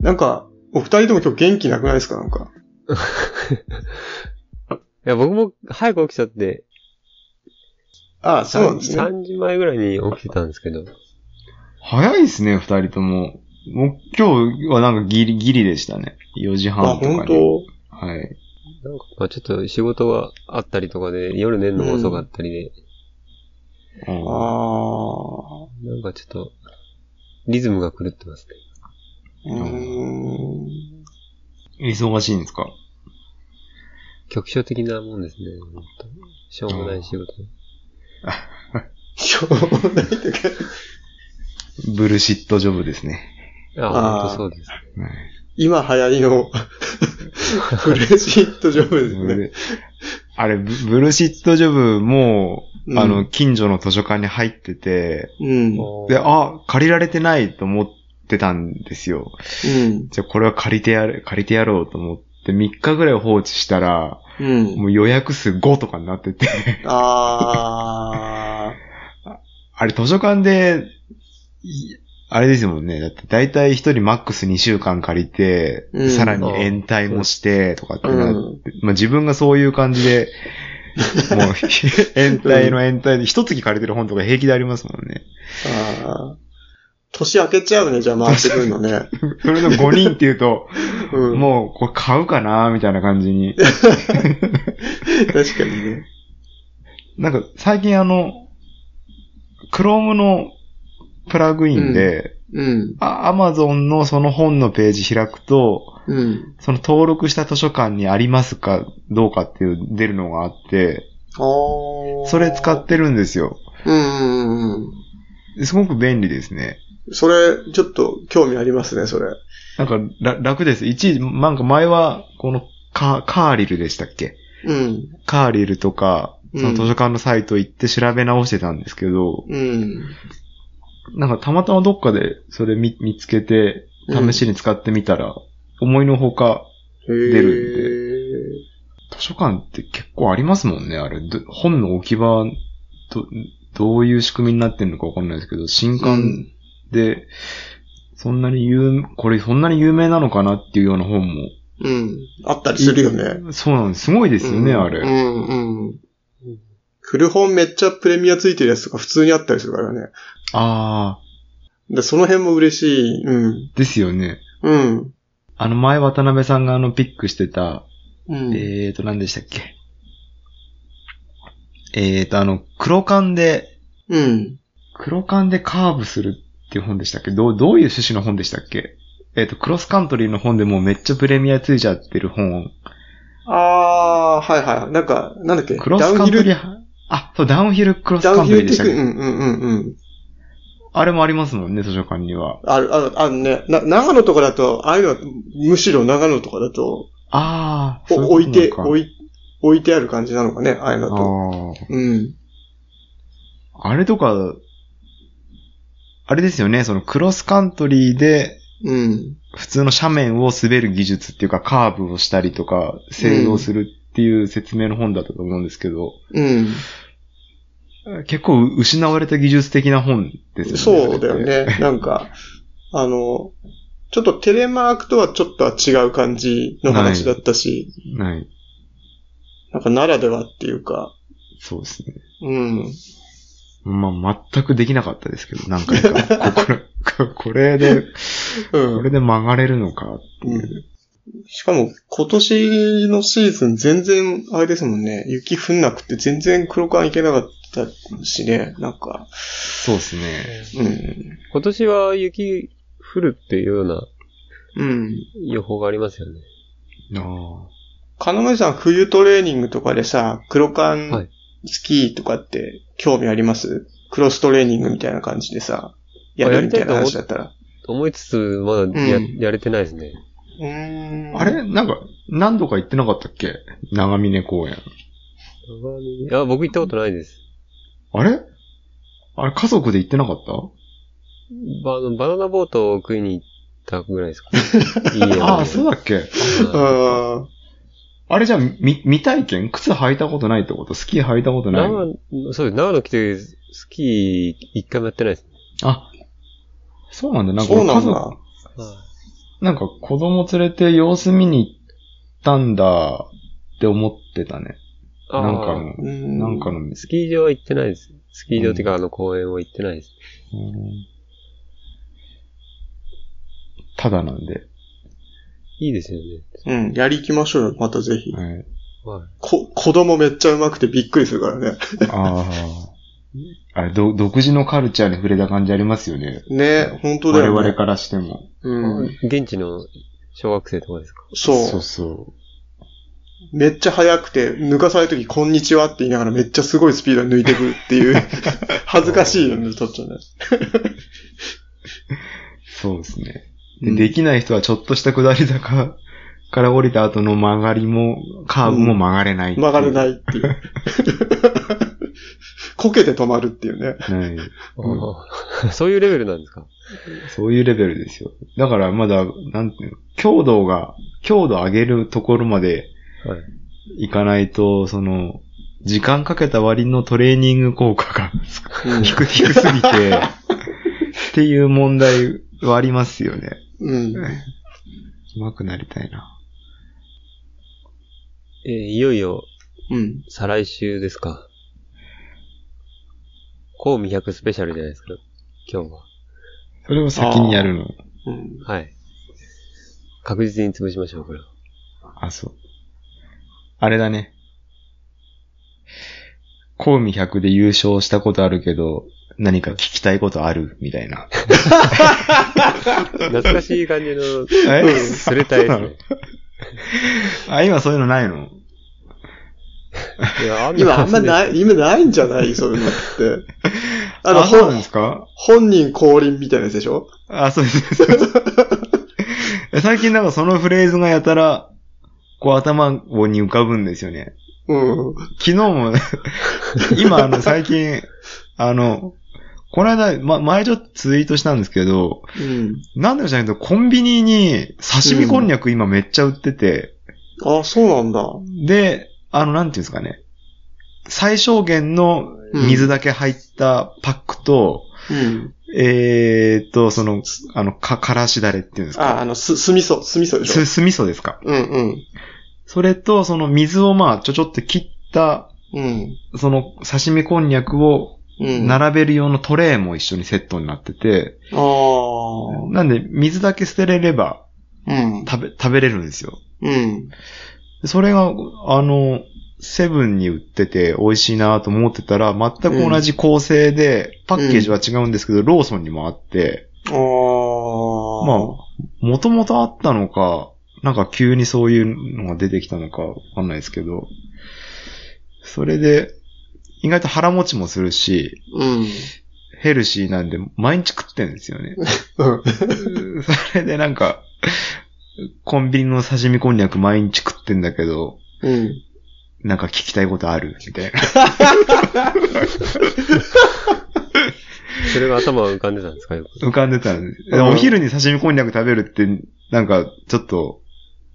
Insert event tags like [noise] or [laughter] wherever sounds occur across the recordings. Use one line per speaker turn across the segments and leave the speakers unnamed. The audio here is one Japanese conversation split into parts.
なんか、お二人とも今日元気なくないですかなんか。
[laughs] いや、僕も早く起きちゃって、
ああ、そうなんですね。
3時前ぐらいに起きてたんですけど。
早いですね、二人とも。もう今日はなんかギリギリでしたね。4時
あ、
半とかに。
本当
はい。
なんか、まあちょっと仕事があったりとかで、夜寝るのも遅かったりで、
あ
うん
あ。
なんかちょっと、リズムが狂ってますね。
うーん。
忙しいんですか
局所的なもんですね、本当しょうもない仕事。
しょうもないとか。
ブルシットジョブですね。
あ
あ、
ー
本当そうです。
今流行りの、 [laughs] ブレシットジョブです
ブ
[laughs] ね。
ルあれ、ブブルシットジョブもう、
うん
あの、近所の図書館に入ってて、
うん。う
で、あ、借りられてないと思ってたんですよ。
ん。
じゃあこれは借りてやる、借りてやろうと思って、3日ぐらい放置したら、
うん。
もう予約数5とかになってて、
あ
あれ図書館で、いあれですもんね。だって大体一人マックス2週間借りて、
うん
さらに延滞もして、とかって
ー。
な
う
って、
ん。
まあ自分がそういう感じ
[laughs]
で、もう、延滞の延滞で、一月借りてる本とか平気でありますもんね。
ああ。年明けちゃうね、じゃあ回ってくるのね。
それの5人っていうと、
うん。
もうこれ買うかなみたいな感じに。
確かにね。
なんか最近あの、Chrome のプラグインで、
うん。
あ Amazon のその本のページ開くと、
うん。
その登録した図書館にありますかどうかっていう出るのがあって、
ああ。
それ使っ。てるんですよ。
うんうんうん。
すごく便利ですね。
それ、ちょっと興味ありますね、それ。
なんか、ら楽です。一時、なんか前は、この、カー、カーリルでしたっけ
うん。
カーリルとか、
うん
その図書館のサイト行って調べ直してたんですけど、
うん。
なんかたまたまどっかでそれ見見つけて、試しに使ってみたら、思いのほか、
出
る図書館って結構ありますもんね、あれ。ど本の置き場、ど、どういう仕組みになってるのかわかんないですけど、新刊で、そんなに有、これそんなに有名なのかなっていうような本も。
んで。うん。あったりするよね。
そうなんです。すごいですよね、
うん
あれ。
うんうん。古本めっちゃプレミアついてるやつとか普通にあったりするからね。
ああ、
で、その辺も嬉しい。うん。
ですよね。
うん。
あの前渡辺さんがあのピックしてた、
うん。
えーと、何でしたっけ。えーと、あの、黒缶で、
うん。
黒缶でカーブするっていう本でしたっけどう、どういう趣旨の本でしたっけえーと、クロスカントリーの本でもうめっちゃプレミアついちゃってる本。
あー、はいはい。なんか、なんだっけ。
クロスカントリ
ダ
ー、あ、そう、ダウンヒルクロス
ダウ
カ
ン
ン
ヒ
トリ
ル
ー
っ
で
ていく。
したっ
う
け
んうんうんうん。
あれもありますもんね、図書館には。
ある、ある、あるね。な、長野とかだと、ああいうのは、むしろ長野とかだと、
ああ、
お
そう
置いて、
うこと
置い、置いてある感じなのかね、ああいうのだと。
なのか
うん。
あーあれとか、あれですよね、そのクロスカントリーで、
うん。
普通の斜面を滑る技術っていうか、カーブをしたりとか、制動するっていう説明の本だったと思うんですけど、
うん。
結構失われた技術的な本ですよね。
そうだよ
あれって。
ね。なんか、あの、ちょっとテレマークとはちょっとは違う感じの話だったし、
はい。
なんかならではっていうか、
そうですね。
うん。
まあ、全くできなかったですけど、何回か。これ、 [laughs] これで、
う
こ
ん。
れで曲がれるのかっていう。
しかも、今年のシーズン全然、あれですもんね、雪降んなくて全然黒缶行けなかったしね、なんか、
そうですね。
うん。
今年は雪降るっていうような
うん。
予報がありますよね。
あ
かのめさん、冬トレーニングとかでさ、黒
は
缶
い
スキーとかって興味あります、クロストレーニングみたいな感じでさ、や
あや
る
り
みた
たい
い
と
な
思っ
話だったら。
思いつつ、まだや,、
うん
やれてないですね。
うーん
あれなんか、何度か行ってなかったっけ長峰公園。
いや、僕行ったことないです。
あれあれ、家族で行ってなかった
ババナナボートを食いに行ったぐらいです
[laughs]
か、ね。いい
ああ、そう
だ。
だっけ
はい
あ
あれじゃあ、み、未体験靴履いたことないってことスキー履いたことない
長野、そうです。長野来て、スキー一回もやってないです。
あ、そうなんだ。
あ、
なんか
そう
家
なん
族、
だ。
なんか子供連れて様子見に行ったんだって思ってたね。
あ
なんか
あ
の、
うん
なんかのミ
ス
ス。
キー場は行ってないです。スキー場っていうか、あの公園は行ってないです。
うんただなんで。
いいですよね。
うん、やり行きましょうよ、またぜひ。
はい、
は
こ、子供めっちゃ上手くてびっくりするからね。
ああ。あれ、ど、独自のカルチャーに触れた感じありますよね。
ね、本当
我
だよ、
々
ね。
からしても。
うん。
い。現地の小学生とかですか
そう。
そうそ
めっちゃ速くて、抜かされるとき、こんにちはって言いながらめっちゃすごいスピードで抜いてくって
[laughs]
いう、恥ずかしいよね、ちょっとね。
う。そうですね。
う
で
ん
できない人はちょっとした下り坂から降りた後の曲がりも、カーブも曲がれない。
[laughs] 曲がれないいっていう。こけて止まるっていうね。
はい。
あー [laughs] そういうレベルなんですか
そういうレベルですよ。だからまだ、なんていうの、強度が、強度上げるところまで
はい。
いかないと、その、時間かけた割のトレーニング効果が [laughs]
うん
低低すぎて、っていう問題はありますよね。
うん。
上手くなりたいな。
えーいよいよ、
うん。
再来週ですか。コウ200スペシャルじゃないですか。今日は。
それを先にやるの。
うん。
はい。確実に潰しましょう、これは。
あ、そう。あれだね。コウミ100で優勝したことあるけど、何か聞きたいことあるみたいな。
懐かしい感じの、
え [laughs]
すれたいですね。
あ、今そういうのないの
いや、
今あんま
い。
[laughs] ない、今ないんじゃないそういうのって。 [laughs] あ
あ
の、
そうなん
本
ですか
本人降臨みたいなやつでしょ
あ、そうです。そうです [laughs] 最近なんかそのフレーズがやたら、こう頭に浮かぶんですよね。
うん。
昨日 [laughs] も、今あの最近、あの、この間、ま、前ちょっとツイートしたんですけど、
うん。
なんでか知らないけど、コンビニに刺身こんにゃく今めっちゃ売ってて、
あ、そうなんだ。
で、あの、なんていうんですかね。最小限の水だけ入ったパックと、
うん。
えーっと、その、あの、か、からしだれっていうんです
あ、
か。
あの、す、酢味噌、酢味噌でしょ
す、酢味噌ですか。
うんうん。
それと、その水をまあ、ちょちょっと切った、
うん。
その刺身こんにゃくを
うん。あ
並べる用のトレイも一緒にセットになってて、
あー。
なんで水だけ捨てれれば
うん。
食べ、食べれるんですよ。
うん。
でそれが、あの、セブンに売ってて美味しいなと思ってたら、全く同じ構成で、パッケージは違うんですけど、ローソンにもあって、
ああ。
まあ、もともとあったのか、なんか急にそういうのが出てきたのかわかんないですけど、それで、意外と腹持ちもするし、
うん。
ヘルシーなんで、毎日食ってるんですよね。
うん。
それでなんか、コンビニの刺身こんにゃく毎日食ってんだけど、
うん。
なんか聞きたいことあるみたいな。
それが頭浮かんでたんですか、よく。
浮かんでたんです。
うん
お昼に刺身こんにゃく食べるって、なんか、ちょっと、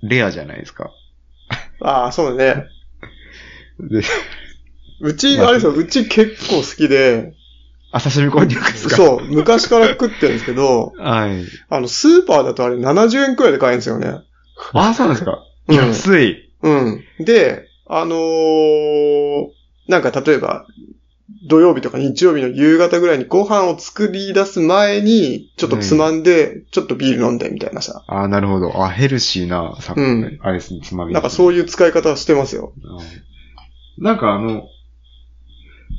レアじゃないですか。
ああ、そうだね。
で、
うち、
まあ
あれですよ、うち結構好きで、
あ、刺身こんにゃくですか
そう、昔から食ってるんですけど、
はい。
あの、スーパーだとあれ70円くらいで買えるんですよね。
あ、そうなんですか。
う
安い。
ん。うん。で、あのー、なんか例えば、土曜日とか日曜日の夕方ぐらいにご飯を作り出す前に、ちょっとつまんで、ちょっとビール飲んでみたいなさ。
あ、なるほど。あ、ヘルシーな、さ
うん
あれですね、つまみ。
なんかそういう使い方してますよ。
うんなんかあの、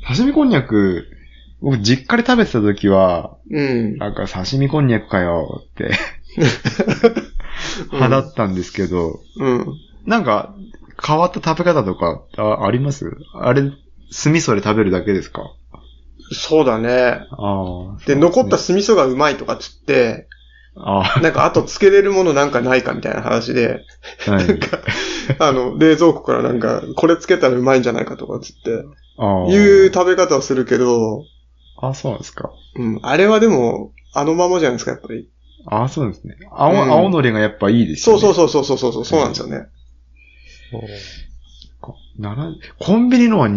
刺身こんにゃく、僕実家で食べてた時は、
うん。
なんか刺身こんにゃくかよ
[laughs]
って、派だったんですけど、
うん。
なんか、変わった食べ方とか、あ、ありますあれ、酢味噌で食べるだけですか
そうだね。
ああ。
で、残った
す
酢味噌がうまいとかっつって、
ね。あ
なんかあと漬けれるものなんかないかみたいな話で、
あ、
[laughs]
はい。
あの、冷蔵庫からなんか、これ漬けたらうまいんじゃないかとかっつって、
ああ。
いう食べ方をするけど、
あそうなんですか。
うん、あれはでも、あのままじゃないですか、やっぱり。
ああ、そうですね。青、
うん
青のりがやっぱいいです
そ
よ
う
ね。
そうそうそうそうそう、そうなんですよね。
こならコンビニのは200、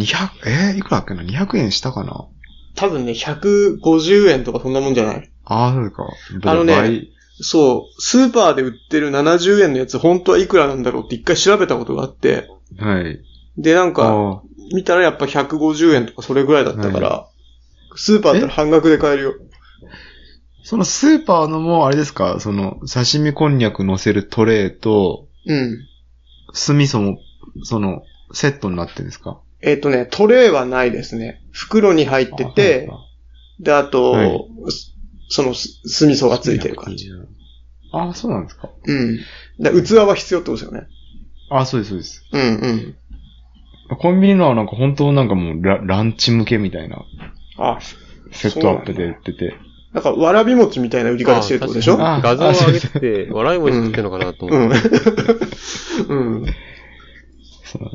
えーいくらだっけな ?200 円したかな
多分ね、150円とかそんなもんじゃない
ああ、そうですか。
あのね
倍、
そう、スーパーで売ってる70円のやつ本当はいくらなんだろうって一回調べたことがあって、
はい。
で、なんか、
あ
見たらやっぱ150円とかそれぐらいだったから、スーパーだったら半額で買えるよ。
そのスーパーのも、あれですか、その、刺身こんにゃく乗せるトレイと、
うん。
酢味噌も、その、セットになってるんですか
えっ、とね、トレイはないですね。袋に入ってて、で、あと、
はい
すそのす酢味噌がついてる感じ。
じ。ああ、そうなんですか。
うん。だから器は必要ってことですよね。
ああ、そうです、そうです。
うんうん。
コンビニのはなんか本当なんかもうラランチ向けみたいな
あ、
セットアップで売ってて。
なんか、わらび餅みたいな売り方してるってことでしょ
あ
画像を上げてて、笑い声作ってるのかなと
う
思っ
ん
て。。
うん。 [laughs]
その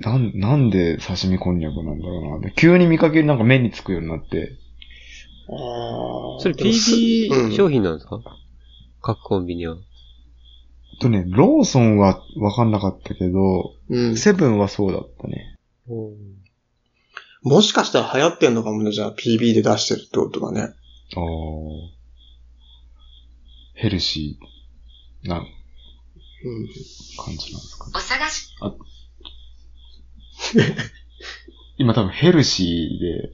なん、なんで刺身こんにゃくなんだろうな。急に見かけるなんか目につくようになって。
あ
それ
うん
PB 商品なんですか各コンビニは。
えっとね、ローソンはわかんなかったけど、
うん。
セブンはそうだったね。
もしかしたら流行ってんのかもね、じゃあ PB で出してるってことがね。
ああ。ヘルシーな
うん。
感じなんですかね。
お探し、
[laughs] 今多分ヘルシーで、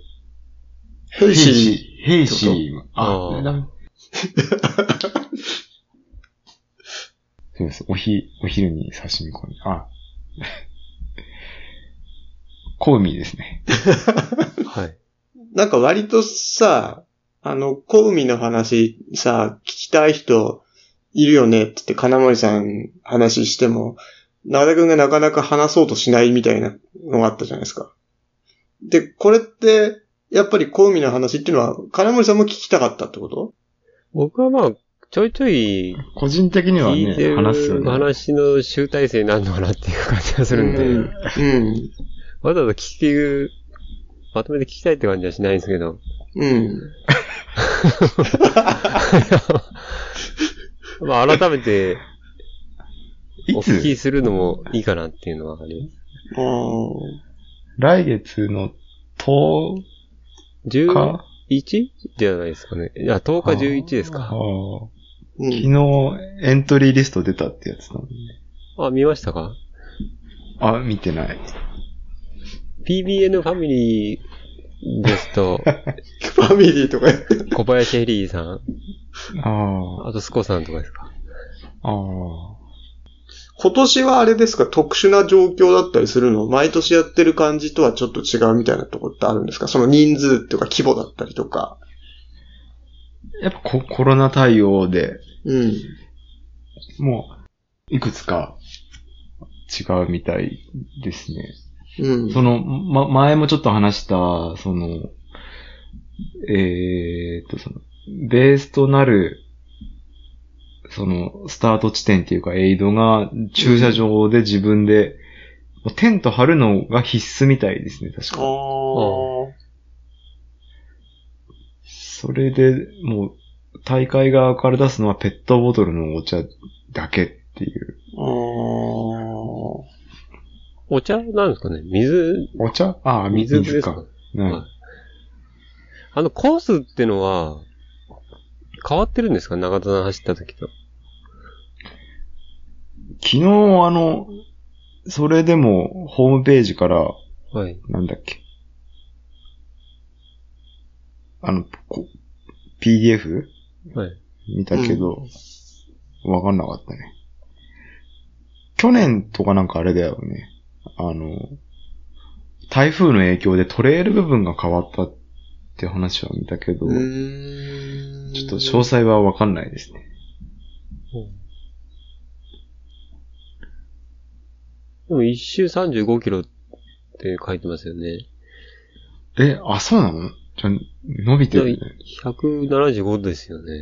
ヘイシ
ー。ヘイシー。
あ
あ、
ー
ダメ。そうです。おひ、お昼に刺身込み。あ。コウミですね。
はい。
ー。なんか割とさ、あの、小海の話さ、聞きたい人いるよねって言って金森さん話しても、中田くんがなかなか話そうとしないみたいなのがあったじゃないですか。で、これって、やっぱり小海の話っていうのは、金森さんも聞きたかったってこと
僕はまあ、ちょいちょい
個人的には
聞いて
ね、話すよ
る
ね。
話の集大成になるのかなっていう感じがするん
う
で、
ん。うん
わざわざ聞き、まとめて聞きたいって感じはしないんですけど、
うん。
[laughs] まあ改めて
い
お聞
つ
きするのもいいかなっていうのはあり
あー
来月の10
ます。
日
11? じゃないですかね。いや、10日11です
あ
か。
ー
うん。
昨日エントリーリスト出たってやつなんで。
あ、見ましたか
あ、見てない。
?PBN ファミリーですと、
ファミリーとかやって
小林エリーさん、
あ
あとスコさんとかですか
あ。ああ。
今年はあれですか、特殊な状況だったりするの毎年やってる感じとはちょっと違うみたいなとこってあるんですかその人数っていうか規模だったりとか。
やっぱココロナ対応で、
うん。
もう、いくつか違うみたいですね。
うん。
その、ま、前もちょっと話した、その、えーっと、その、ベースとなる、その、スタート地点っていうか、エイドが、駐車場で自分で、もうテント張るのが必須みたいですね、確
あ
か。
ー
それで、もう、大会側から出すのはペットボトルのお茶だけっていう。
あー。
お茶なんですかね水、
お茶ああ、水
水
水
です
か。
か
うん
はいあの、コースってのは、変わってるんですか長田さん走った時と。
昨日、あの、それでも、ホームページから、
はい。
なんだっけ。あの、こ PDF?
はい。
見たけど、わ、かんなかったね。去年とかなんかあれだよね。あの、台風の影響でトレイル部分が変わったって話は見たけど、
うーん。
ちょっと詳細はわかんないですね。
でも一周35キロって書いてますよね。
え、あ、そうなのじゃ、伸びてるね。
175ですよね。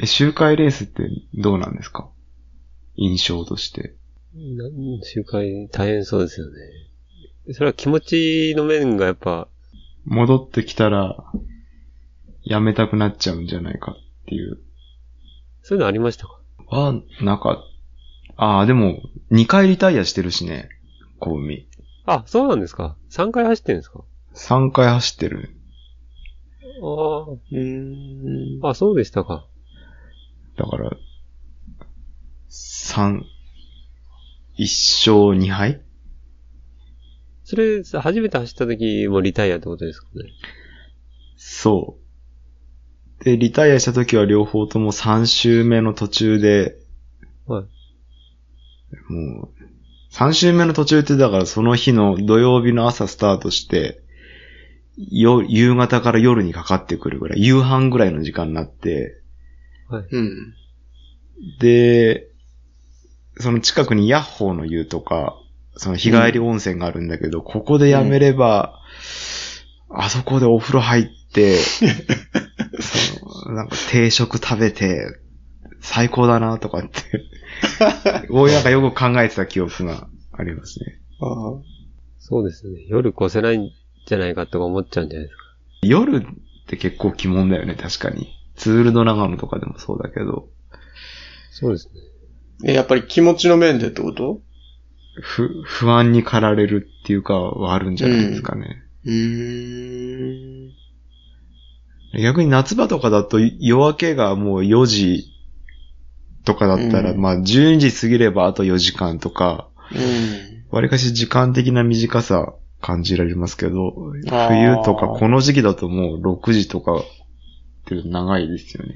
え、周回レースってどうなんですか印象として。
なん周回大変そうですよね。それは気持ちの面がやっぱ、
戻ってきたら、やめたくなっちゃうんじゃないかっていう。
そういうのありましたか
は、なんか、ああ、でも、2回リタイアしてるしね、小海。
あ、そうなんですか ?3 回走ってるんですか
3回走ってる。
あ
うーん。
あ、あ、そうでしたか。
だから、三、一勝二敗
それ、初めて走った時もリタイアってことですかね。
そう。で、リタイアした時は両方とも3周目の途中で、
はい
もう、3周目の途中ってだからその日の土曜日の朝スタートして、よ、夕方から夜にかかってくるぐらい、夕飯ぐらいの時間になって、
うん。
で、その近くにヤッホーの湯とか、その日帰り温泉があるんだけど、ここでやめれば、あそこでお風呂入って、そのなんか定食食べて、最高だなとかって、おいなんかよく考えてた記憶がありますね。
ああ。
そうですね。夜越せないんじゃないかとか思っちゃうんじゃないですか。
夜って結構鬼門だよね、確かに。ツールド長野とかでもそうだけど、
そうですね。
え、やっぱり気持ちの面でってこと
ふ、不安に駆られるっていうかはあるんじゃないですかね。
うーん。
逆に夏場とかだと夜明けがもう4時とかだったら、
うん
まあ12時過ぎればあと4時間とか、
うん。
わりかし時間的な短さ感じられますけど、
あー
冬とかこの時期だともう6時とかって長いですよね。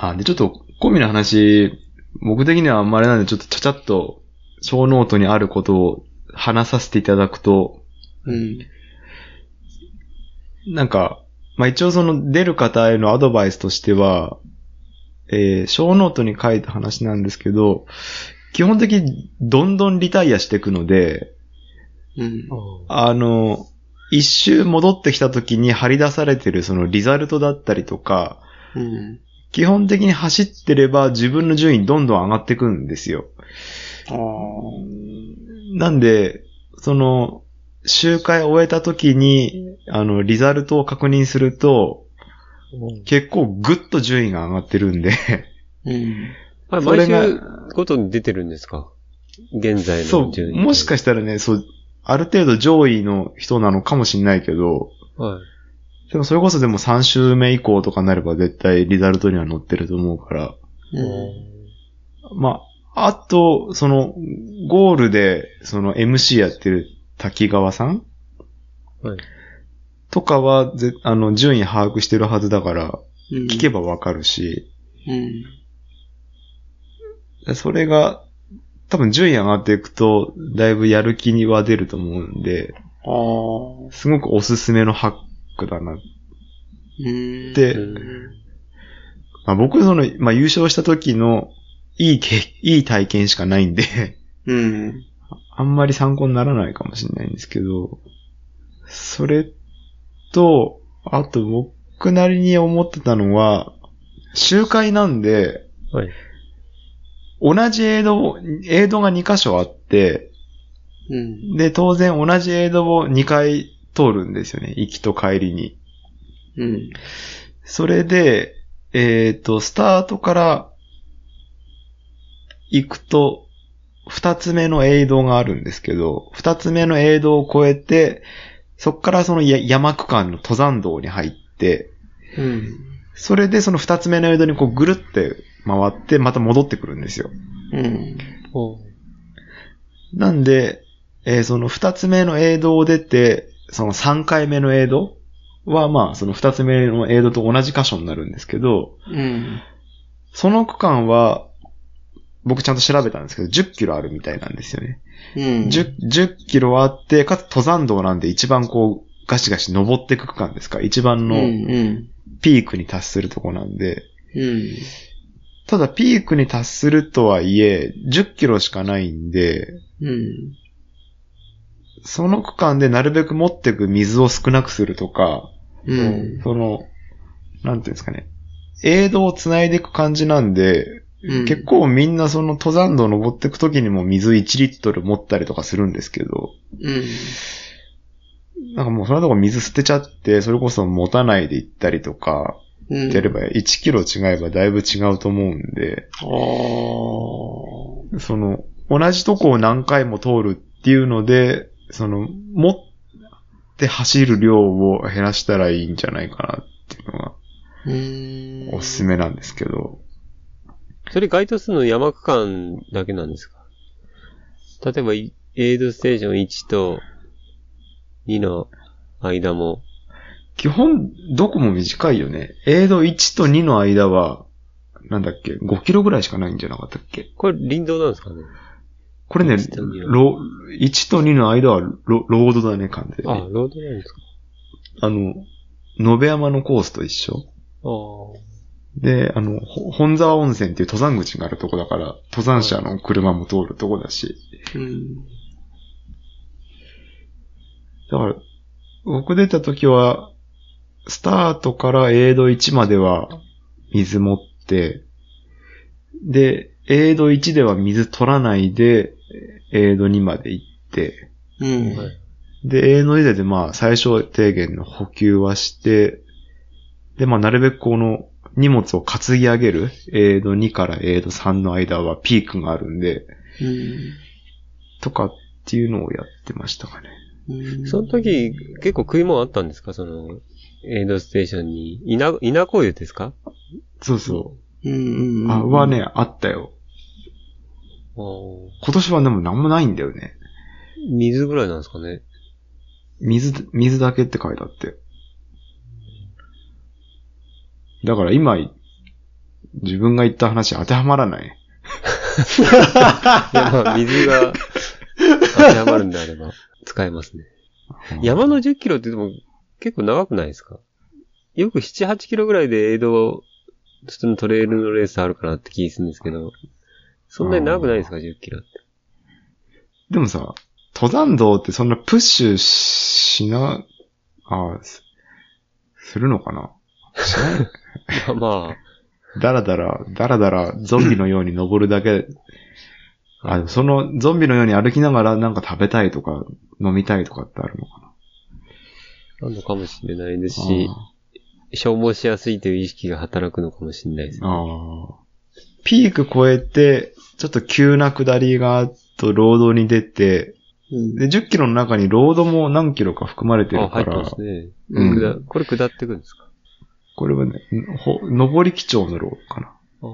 あ、でちょっとコミの話、僕的にはあんまりなんでちょっとちゃちゃっと小ノートにあることを話させていただくと、
うん。
なんか、まあ、一応その出る方へのアドバイスとしては、えー、小ノートに書いた話なんですけど、基本的にどんどんリタイアしていくので、
うん。
あの、一周戻ってきた時に張り出されてるそのリザルトだったりとか、
うん。
基本的に走ってれば自分の順位どんどん上がってくんですよ。
ああ。
なんで、その、周回終えた時に、あの、リザルトを確認すると、結構ぐっと順位が上がって
[laughs]
るんで、
うん。
はい、
それ
毎
が
週ごとに出てるんですか現在
そ
の順
う、
位。
もしかしたらね、そう、ある程度上位の人なのかもしんないけど、
はい。
でもそれこそでも3周目以降とかになれば絶対リザルトには乗ってると思うから、
うん。
まあ、あと、その、ゴールで、その MC やってる滝川さん
はい
とかは、ぜあの、順位把握してるはずだから、聞け
ば。
ばわかるし、
うん。
それが、多分順位上がっていくと、だいぶやる気には出ると思うんで、
ああ。
すごくおすすめのハックだな。
うん。
で
うん
まあ、僕、その、まあ、優勝した時の、いいけ、 [laughs] いい体験しかないんで、 [laughs]
うん。
あんまり参考にならないかもしれないんですけど、それと、あと僕なりに思ってたのは、周回なんで、
はい。
同じエイドを、エイドが2箇所あって、
うん。
で、当然同じエイドを2回通るんですよね。行きと帰りに。
うん。
それで、えっ、と、スタートから行くと、二つ目のエイドがあるんですけど、二つ目のエイドを越えて、そこからそのや山区間の登山道に入って、
うん。
それでその二つ目のエイドにこうぐるって回って、また戻ってくるんですよ。
うん。
なんで、えーその二つ目のエイドを出て、その三回目のエイドは、まあ、その二つ目のエイドと同じ箇所になるんですけど、
うん。
その区間は、僕ちゃんと調べたんですけど、10キロあるみたいなんですよね。
うん。
10, 10キロあって、かつ登山道なんで一番こう、ガシガシ登っていく区間ですか一番
うん。
の
うん。
ピークに達するとこなんで。
うん。
ただピークに達するとはいえ、10キロしかないんで、
うん。
その区間でなるべく持ってく水を少なくするとか、
うん。
その、なんていうんですかね。エイドを繋いでいく感じなんで、
うん
結。構みんなその登山道登ってく時にも水1リットル持ったりとかするんですけど、
うん。
なんかもうそのとこ水捨てちゃって、それこそ持たないで行ったりとか、
うん。
やれば1キロ違えばだいぶ違うと思うんで、
ああ。
その、同じとこを何回も通るっていうので、その、も、って走る量を減らしたらいいんじゃないかなっていうのが
うーん。
おすすめなんですけど。
それ該当するの山区間だけなんですか例えばい、エイドステーション1と2の間も、
基本、どこも短いよね。エイド1と2の間は、なんだっけ、5キロぐらいしかないんじゃなかったっけ
これ林道なんですかね
これね、
1と2は
ロ1と2の間はロロードだね、完全
あ、
に。
ロードなんですか
あの、野辺山のコースと一緒。
あ
で、あの、ほ本沢温泉っていう登山口があるとこだから、登山者の車も通るとこだし。
うん。
だから、僕出た時は、スタートからエイド1までは水持って、で、エイド1では水取らないで、エイド2まで行って、
うん。
はい
で、エイド2でまあ最小低限の補給はして、で、まあなるべくこの荷物を担ぎ上げる、エイド2からエイド3の間はピークがあるんで、
うん
とかっていうのをやってましたかね。
うん
あ。その、時、結構食い物あったんですかその、エイドステーションに。稲、稲子湯ですか
そうそ
うんうんう
う。
ん。
あ、は。ね、あったよ。
あー
今年はでも何もないんだよね。
水ぐらいなんですかね
水、水だけって書いてあって。だから今、自分が言った話当てはまらない。
いや、まあ、水が、当てはまるんであれば、使えますね。山の10キロってでも、結構長くないですかよく7、8キロぐらいで江戸、普通のトレイルのレースあるかなって気するんですけど、そんなに長くないですか、10キロって。
でもさ、登山道ってそんなプッシュしな、あすするのかなしない [laughs]
まあま
だらだら、だらだらゾンビのように登るだけ。あ、でもそのゾンビのように歩きながらなんか食べたいとか飲みたいとかってあるのか
あ、あるのかもしれないです
な
し、消耗しやすいという意識が働くのかもしれないですね。
ああ。ピーク超えて、ちょっと急な下りがあっと、ロードに出て、
うん。
で、10キロの中にロードも何キロか含まれて
あ、
る
入っ
か
て
ら、
ますね。
うん
下これ下ってくんですか
これはね、ほ、上り基調のロードかな。
あ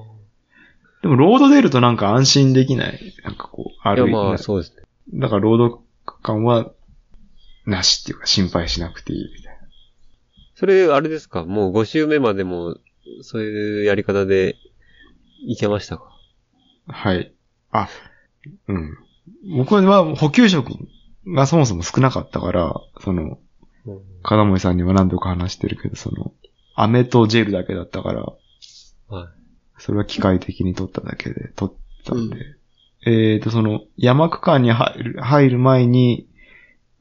でも、ロード出るとなんか安心できない。なんかこう、
あいや、
歩いて、
まあ、そうですね。
だから、ロード感は、なしっていうか、心配しなくていいみたい
それ、あれですかもう5周目までも、そういうやり方で、いけましたか
な。はい。あ、うん。僕は補給食がそもそも少なかったから、その、金森さんにも何度か話してるけど、その、飴とジェルだけだったから、
はい。
それは機械的に取っただけで、取ったんで。
う
えっ、と、その、山区間に入る、入る前に、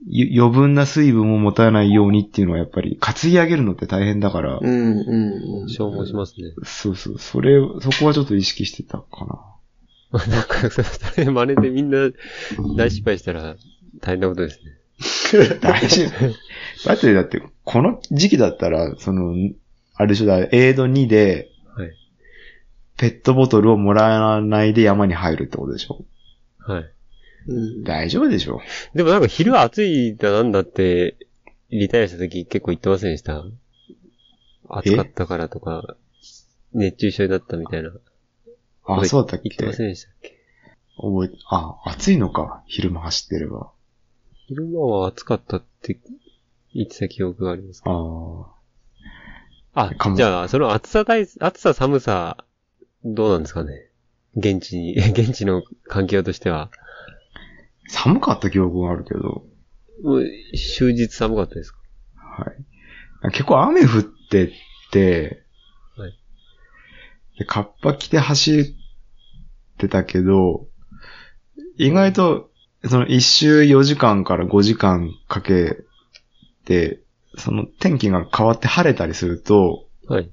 ゆ余分な水分を持たないようにっていうのはやっぱり担ぎ上げるのって大変だから、
うんうんうん。
消耗しますね。
そうそう、それ、そこはちょっと意識してたか
なんか、それ真似でみんな大失敗したら大変なことですね。
な。大事。 [laughs] だって、だって、この時期だったら、その、あれでしょ、だからエイド2で、
はい
ペットボトルをもらわないで山に入るってことでしょ
はい。
うん。
大丈夫でしょ
でもなんか昼暑いだなんだって、リタイアした時結構言ってませんでした暑かったからとか、熱中症になったみたいな。
あ、そうだったっ
言っ
け
てま
覚
せんでしたっけ
え、あ、暑いのか。昼間走ってれば。
昼間は暑かったって言ってた記憶があります。
ああ。
あ
か、も
じゃあ、その暑さ対、暑さ寒さ、どうなんですかね現地に、 [laughs] 現地の環境としては。
寒かった記憶があるけど、
もう終日寒かったですか
はい。結構雨降ってって、
はい
で、カッパ着て走ってたけど、意外と、その一周4時間から5時間かけて、その天気が変わって晴れたりすると、
はい。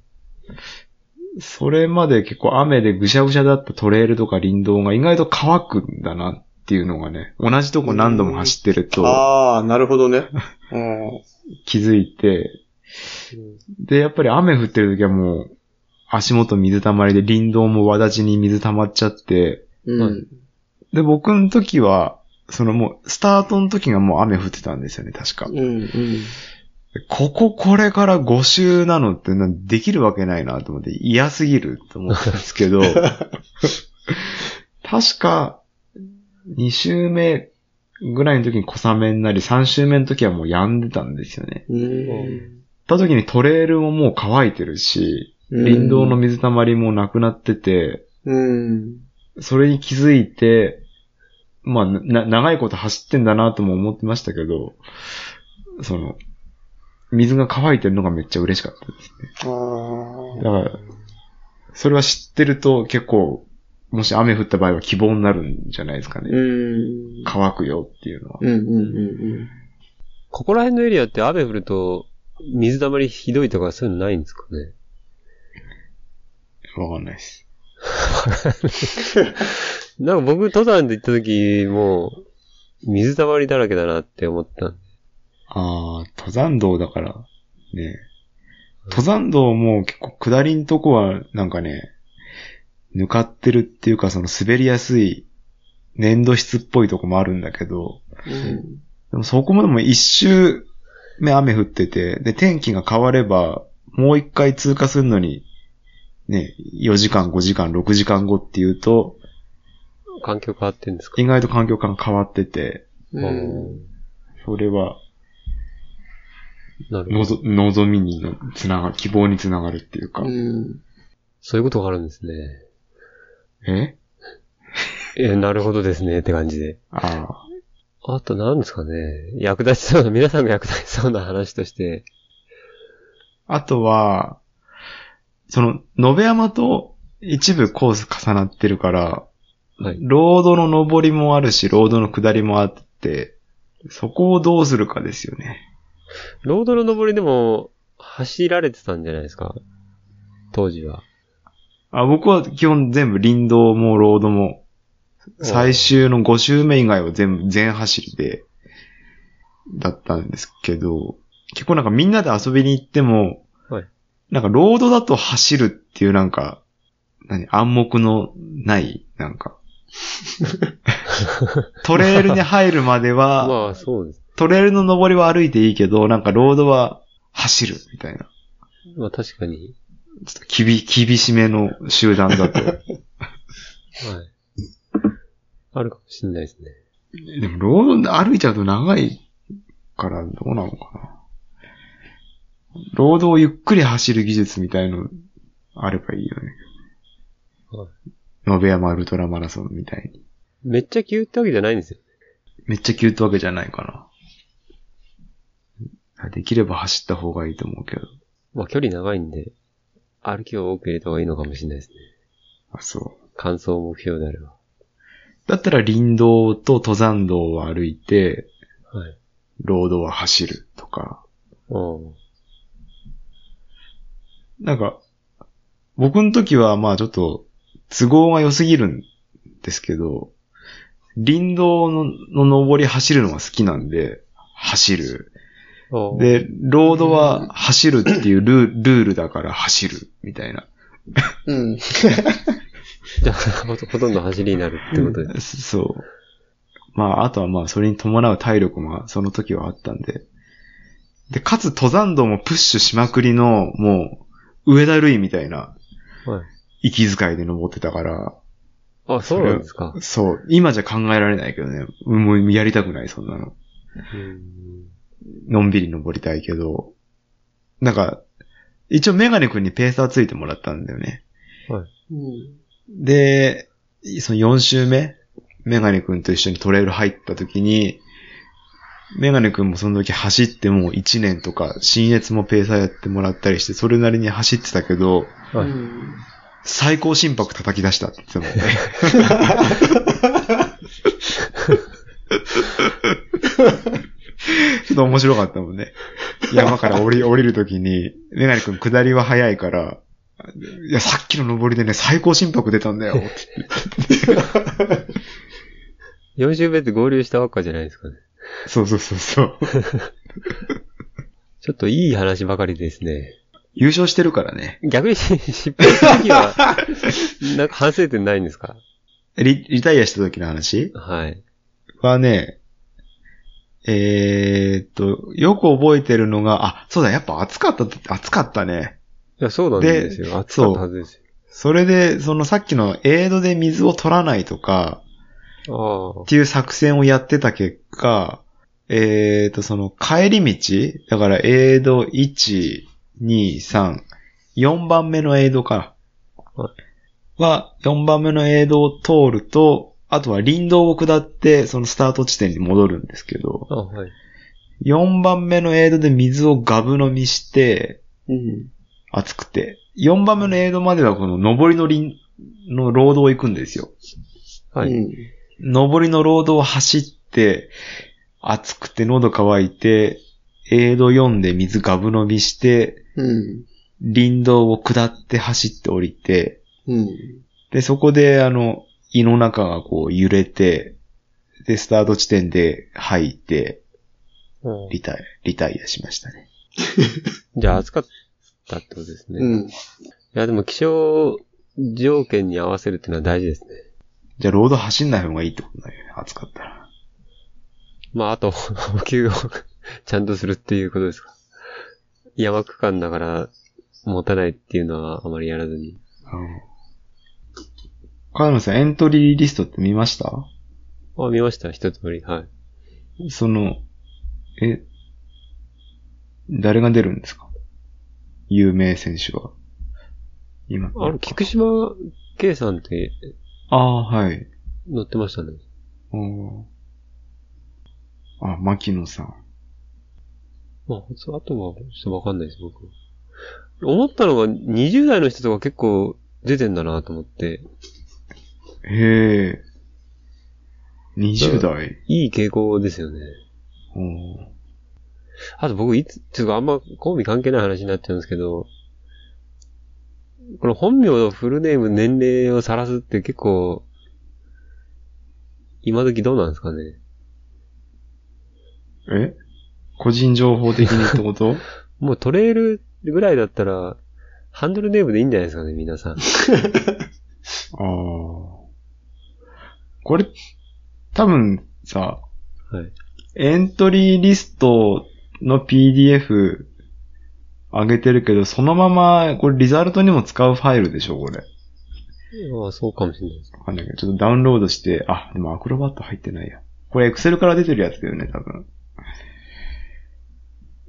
それまで結構雨でぐしゃぐしゃだったトレイルとか林道が意外と乾くんだなっていうのがね、同じとこ何度も走ってると
ああ、なるほど
[laughs]
ね。うん。
気づいて、で、やっぱり雨降ってる時はもう足元水たまりで林道もわだちに水溜まっちゃって、
うん。
で、僕の時は、そのもう、スタートの時がもう雨降ってたんですよね、確か。
うん、うん。
こここれから5周なのってなできるわけないなと思って嫌すぎると思ったんですけど、確か2周目ぐらいの時に小雨になり3周目の時はもう止んでたんですよね。
うん
た時にトレールももう乾いてるし、林道の、水たまりもなくなってて、
うん。
それに気づいて、まあ、な、長いこと走ってんだなとも思ってましたけど、その、水が乾いてるのがめっちゃ嬉しかったですね。
あー
だから、それは知ってると結構、もし雨降った場合は希望になるんじゃないですか
う
ね。
ん。
乾くよっていうのは。
うん、うん、うん、
ここら辺のエリアって雨降ると、水溜まりひどいとかそういうのないんですかね
わかんないです。
なんか僕、登山で行った時、もう、水溜まりだらけだなって思った。
ああ、登山道だから、ね。登山道も結構下りんとこはなんかね、ぬかってるっていうかその滑りやすい粘土質っぽいとこもあるんだけど、
うん。
でもそこもでも一周目雨降ってて、で天気が変わればもう一回通過するのに、ね、4時間、5時間、6時間後っていうと、
環境変わってんですか
意外と環境感変わってて、
うん。うん
それは
なるほ
の
ど。
ぞ、望みにのつながる、希望につながるっていうか。
うん。
そういうことがあるんですね。
え
え、なるほどですねって感じで。
ああ。
あと何ですかね役立ちそうな、皆さんが役立ちそうな話として。
あとは、その、野辺山と一部コース重なってるから、
はい
ロードの上りもあるし、ロードの下りもあって、そこをどうするかですよね。
ロードの登りでも、走られてたんじゃないですか当時は。
あ僕は基本全部林道もロードも、最終の5周目以外は全部全走りで、だったんですけど、結構なんかみんなで遊びに行っても、
はい
なんかロードだと走るっていうなんか、何、暗黙のない、な
[laughs]
んか、トレールに入るまでは、
まあ、 [laughs] そうです。
トレールの上りは歩いていいけど、なんかロードは走るみたいな。
まあ、確かに。
ちょっと厳厳しめの集団だと。
はい。あるかもしれないですね。
でも、ロード歩いちゃうと長いからどうなのかな。ロードをゆっくり走る技術みたいのあればいいよね
はい。
野辺山ウルトラマラソンみたいに。
めっちゃ急ってわけじゃないんですよ。
めっちゃ急ってわけじゃないかな。できれば走った方がいいと思うけど。
まあ、距離長いんで、歩きを多く入れた方がいいのかもしれないですね。
あ、そう。
完走目標であれば。
だったら林道と登山道を歩いて、
はい。
ロードは走るとか。
うん。
なんか、僕の時はまあちょっと都合が良すぎるんですけど、林道のの登り走るのが好きなんで、走る。
ああ、
で、ロードは走るっていうルールールだから走る、みたいな。
うん。
じゃあ、ほとほとんど走りになるってことで。
[laughs] そう。まあ、あとはまあ、それに伴う体力もその時はあったんで。で、かつ登山道もプッシュしまくりの、もう、上田類みたいな
は、
息遣いで登ってたから、
あ、そうなんですか。
そう、今じゃ考えられないけどね。もうやりたくない、そんなの。
うん。
のんびり登りたいけど。なんか、一応メガネ君にペーサーついてもらったんだよね。
うん。
で、その4周目、メガネ君と一緒にトレイル入った時に、メガネ君もその時走ってもう1年とか、新越もペーサーやってもらったりして、それなりに走ってたけど、
はい
うん
最高心拍叩き出したって言ってたもん [laughs] ね。ちょっと面白かったもんね。山から [laughs] 降り、降りるときに、メガネ君下りは早いから、いや、さっきの登りでね、最高心拍出たんだよ。
4周目って合流したばっかじゃないですかね。
[laughs] そうそうそうそう。
ちょっといい話ばかりですね。
優勝してるからね。
逆に失敗した時は、 [laughs] なんか反省点ないんですか
リ、リタイアした時の話
はい。
はね、えー、っと、よく覚えてるのが、あ、そうだ、やっぱ暑かった、暑かったね。
いや、そうなんですよ。暑かったはずです
それで、そのさっきのエイドで水を取らないとか、
よ。ああ
っ。ていう作戦をやってた結果、えー、と、その帰り道だから、エイド1、2、3、4番目のエイドか
は。
は、4番目のエイドを通ると、あとは林道を下って、そのスタート地点に戻るんですけど、
あはい。
4番目のエイドで水をガブ飲みして、
うん。
暑くて、4番目のエイドまではこの上りの林、のロードを行くんですよ。
は
う
い。
ん。
上りのロードを走って、暑くて喉乾いて、エイド4で水ガブ飲みして、
うん。
林道を下って走って降りて、
うん。
で、そこで、あの、胃の中がこう揺れて、で、スタート地点で吐いて、
うん
リタイ、リタイアしましたね。
じゃあ暑かったってことですね。
う
い
ん。
や、でも気象条件に合わせるっていうのは大事ですね。
じゃあ、ロード走んない方がいいってことだよね。暑かったら。
まあ、あと、 [laughs] 補給をちゃんとするっていうことですか。山区間だから、持たないっていうのはあまりやらずに。
うん。カさん、エントリーリストって見ました
あ、見ました、一通り。はい。
その、え、誰が出るんですか有名選手は。今。
あの、菊島圭さんって
ああ、はい。
乗ってましたね。
おーあ、牧野さん。
まあ、そうあとは、ちょっとわかんないです、僕。思ったのが、20代の人とか結構出てんだなと思って、
へえ。20代。
いい傾向ですよね。
おー
あと僕、いつ、ちょっとあんま、好み関係ない話になっちゃうんですけど、この本名のフルネーム、年齢を晒すって結構、今時どうなんですかね。
え個人情報的にってこと
もうトレイルぐらいだったら、ハンドルネームでいいんじゃないですかね、皆 [laughs] さん。
ああ。これ、多分さ、
はい。
エントリーリストの PDF 上げてるけど、そのまま、これリザルトにも使うファイルでしょ、これ。
まあ、そうかもしれないです。
わかんないけど、ちょっとダウンロードして、あ、でもアクロバット入ってないや。これ Excel から出てるやつだよね、多分。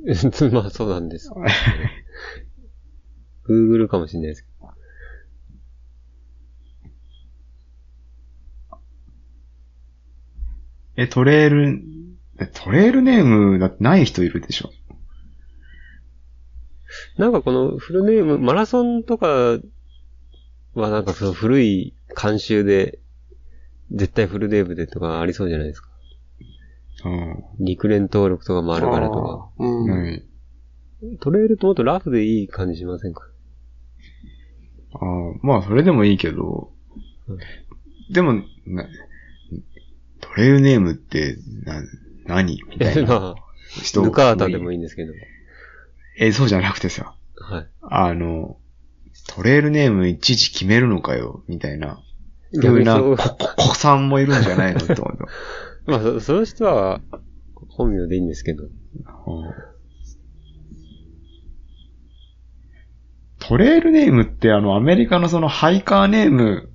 [laughs] まあそうなんです。Google かもしれないですけ
え、トレール、えトレールネームだってない人いるでしょ。
ど。なんかこのフルネーム、マラソンとかはなんかその古い慣習で、絶対フルネームでとかありそうじゃないですか。
うん。
陸連登録とかもあるからとか。
あー。う。
うんん。
トレイルともっとラフでいい感じしませんか [laughs]
あーまあ、それでもいいけど
うん、
でも、な、トレールネームって、な、何みたいな
まあ、[laughs]
人
ルカータでもいいんですけど。
え、そうじゃなくてさ。
はい。
あの、トレイルネームいちいち決めるのかよ、みたいな。い
逆
う
に
な、
そう [laughs]
こ、こ、子さんもいるんじゃないのって思う
まあ、そその人は本名でいいんですけど。
とうんトレイルネームってあの、アメリカのそのハイカーネーム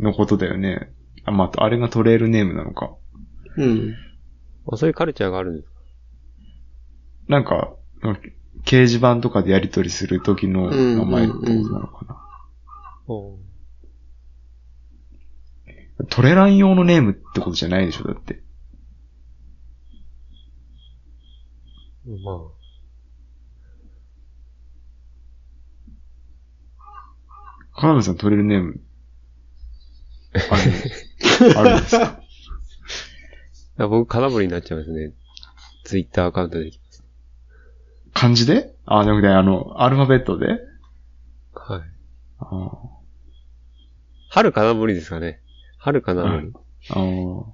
のことだよね。あ、まあ、あれがトレイルネームなのか。
うん。
まあ、そういうカルチャーがあるんですか
なんか、掲示板とかでやり取りする時の名前ってことなのかな。トレラン用のネームってことじゃないでしょ、だって。
まあ。
カナメさんトレイルネーム、ある、あるんですか
いや僕、金森になっちゃいますね。ツイッターアカウントで。
漢字であ、じゃなくて、あの、アルファベットで
はい。
あー
春金森ですかね。春金森。
あー。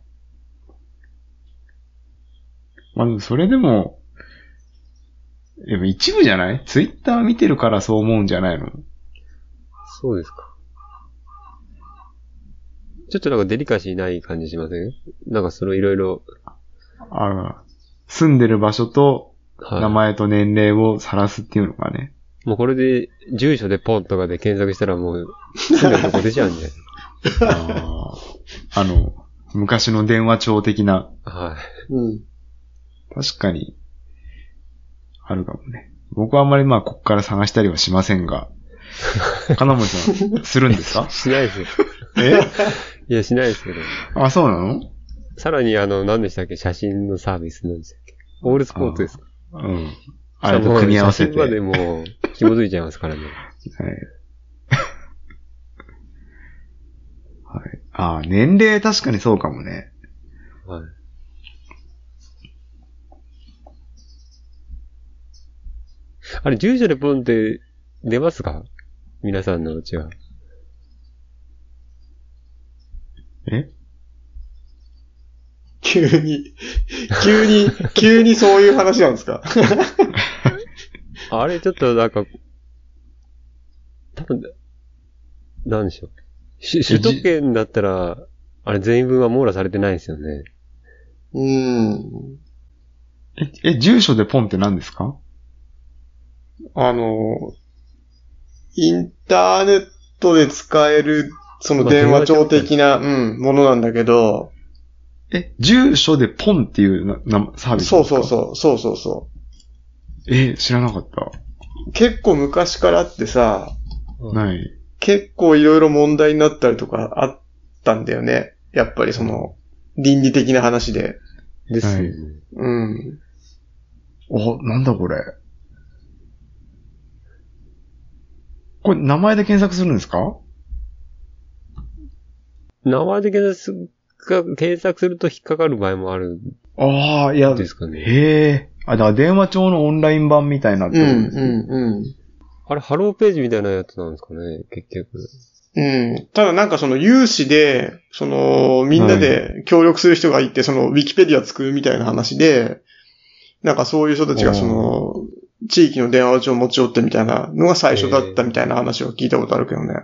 まあでも、それでも、でも一部じゃないツイッター見てるからそう思うんじゃないの
そうですか。ちょっとなんかデリカシーない感じしませんなんかそのいろいろ、
あ住んでる場所と
はい
名前と年齢を晒すっていうのがね。
もうこれで、住所でポンとかで検索したらもう、住んでるとこ出ちゃうんで。
あーあの、昔の電話帳的な、
は
うん。
確かに、あるかもね。僕はあんまりまあ、こっから探したりはしません [laughs] が、金森さん、するんですか
い。しないですよ。
[laughs] え
いや、しないですけど。
あ、そうなの
さらにあの、何でしたっけ写真のサービスなんでしたっけオールスポーツですか
うん。あれと組み合わせて。
もう写真までもう、紐づいちゃいますからね。
はい。はい。 [laughs] ああ、年齢確かにそうかもね。
はい。あれ、住所でポンって出ますか皆さんのうちは。
え
急に、急に、急にそういう話なんですか
あれ、ちょっとなんか、多分、なんでしょう。し首都圏だったら、あれ全員分は網羅されてないですよね。
うん。
え、え、住所でポンって何ですか
あの、インターネットで使える、その
まあ
電話帳的な、うん、ものなんだけど、
え、住所でポンっていうななサービス
そうそう
う。
そう、そうそうそ
え、知らなかった。
う。結構昔からあってさ、
ない。
結構いろいろ問題になったりとかあったんだよね。やっぱりその、倫理的な話で。
ですよね。
はい
うん。
お、なんだこれ。これ、名前で検索するんですか
名前で検索が検索すると引っかかる場合もあるん
ああ、いや、
ですかね。
へえ。あ、だから電話帳のオンライン版みたいなって
うん、
ことですね
うん、
あれ、ハローページみたいなやつなんですかね、結局。
うん。うん。ただなんかその有志で、その、みんなで協力する人がいて、その、ウィキペディア作るみたいな話で、なんかそういう人たちがその、地域の電話帳を持ち寄ってみたいなのが最初だったみたいな話を聞いたことあるけどね。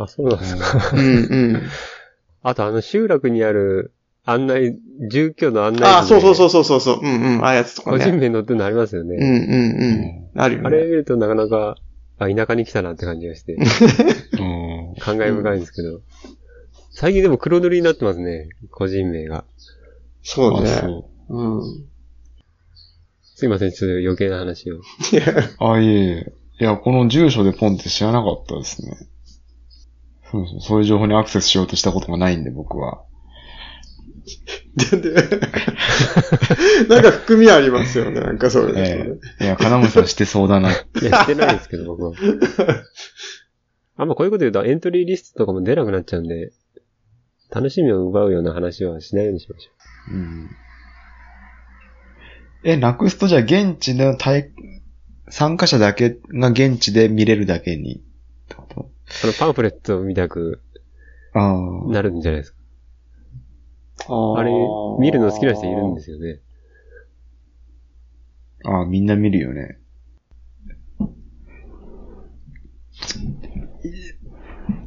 あ、そうなんですか。
うん、うん。
あと、あの、集落にある案内、住居の案内。
あ、そうそうそううそうそうそう。うんうん。ああいうやつとか
個人
ね。
名載ってるのありますよ
うんう
ね。
んうん。あるよ
あれ
ね。
見るとなかなか、あ、田舎に来たなって感じがして。
うん
感慨深いんですけど。最近でも黒塗りになってますね。個人名が。
そう
あ、
ね。
そう。
うん。
すいません、ちょっと余計な話を。
いや
あ、いえいえ。いや、この住所でポンって知らなかったですね。そうそう、そういう情報にアクセスしようとしたことがないんで、僕は。
で [laughs] でなんか含みありますよね。なんかそれだとね。
いや、金森さんしてそうだな。
いや、してないですけど、僕は。あんまこういうこと言うとエントリーリストとかも出なくなっちゃうんで、楽しみを奪うような話はしないようにしましょ
うん。え、なくすとじゃあ現地の体、参加者だけが現地で見れるだけにってこと
う。そのパンフレットみたく
あ
なるんじゃないですか。
あ
あれ、見るの好きな人いるんですよね。
あ。ああ、みんな見るよね。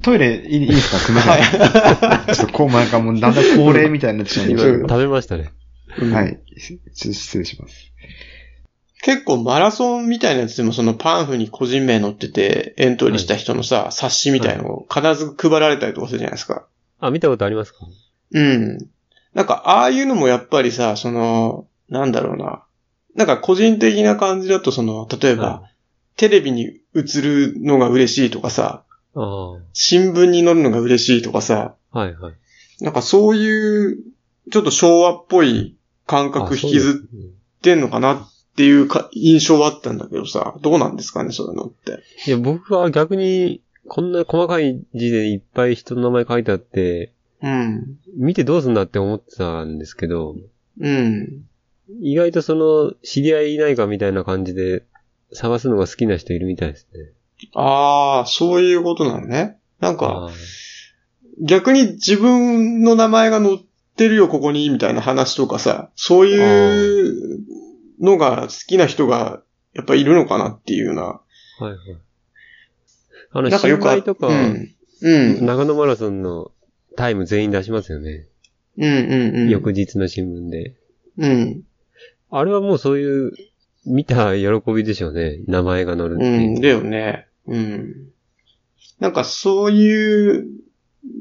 トイレいいいいですかすみません。 [laughs] ちょっとこう前からもうだんだん恒例みたいになってしまいま
今、
したけ
うん
ど。
食べましたね。
うん
はい。ちょ失礼します。
結構マラソンみたいなやつでもそのパンフに個人名載っててエントリーした人のさ、冊子みたいのを必ず配られたりとかするじゃないですか。
あ、見たことありますか
うん。なんか、ああいうのもやっぱりさ、その、なんだろうな。なんか個人的な感じだと、その、例えば、
は
テレビに映るのが嬉しいとかさ、
ああ、は
新聞に載るのが嬉しいとかさ、
いはい。
なんかそういう、ちょっと昭和っぽい感覚
あ
引きずってんのかなっていうか印象はあったんだけどさ、どうなんですかね、そういうのって。
いや、僕は逆に、こんな細かい字でいっぱい人の名前書いてあって、
うん。
見てどうすんだって思ってたんですけど、
うん。
意外とその、知り合いいないかみたいな感じで、探すのが好きな人いるみたいですね。
ああ、そういうことなのね。なんか、
あー
逆に自分の名前が載ってるよ、ここに、みたいな話とかさ、そういうのが好きな人が、やっぱいるのかなっていうような。
はいはい。あ
な
の、
んか
新
よくあ
海とか、
うん。うん。
長野マラソンのタイム全員出しますよね。
うんうんうん。
翌日の新聞で。
うん。
あれはもうそういう、見た喜びでしょうね。名前が載るって
う
い
ん、
う。
だよね。うん。なんかそういう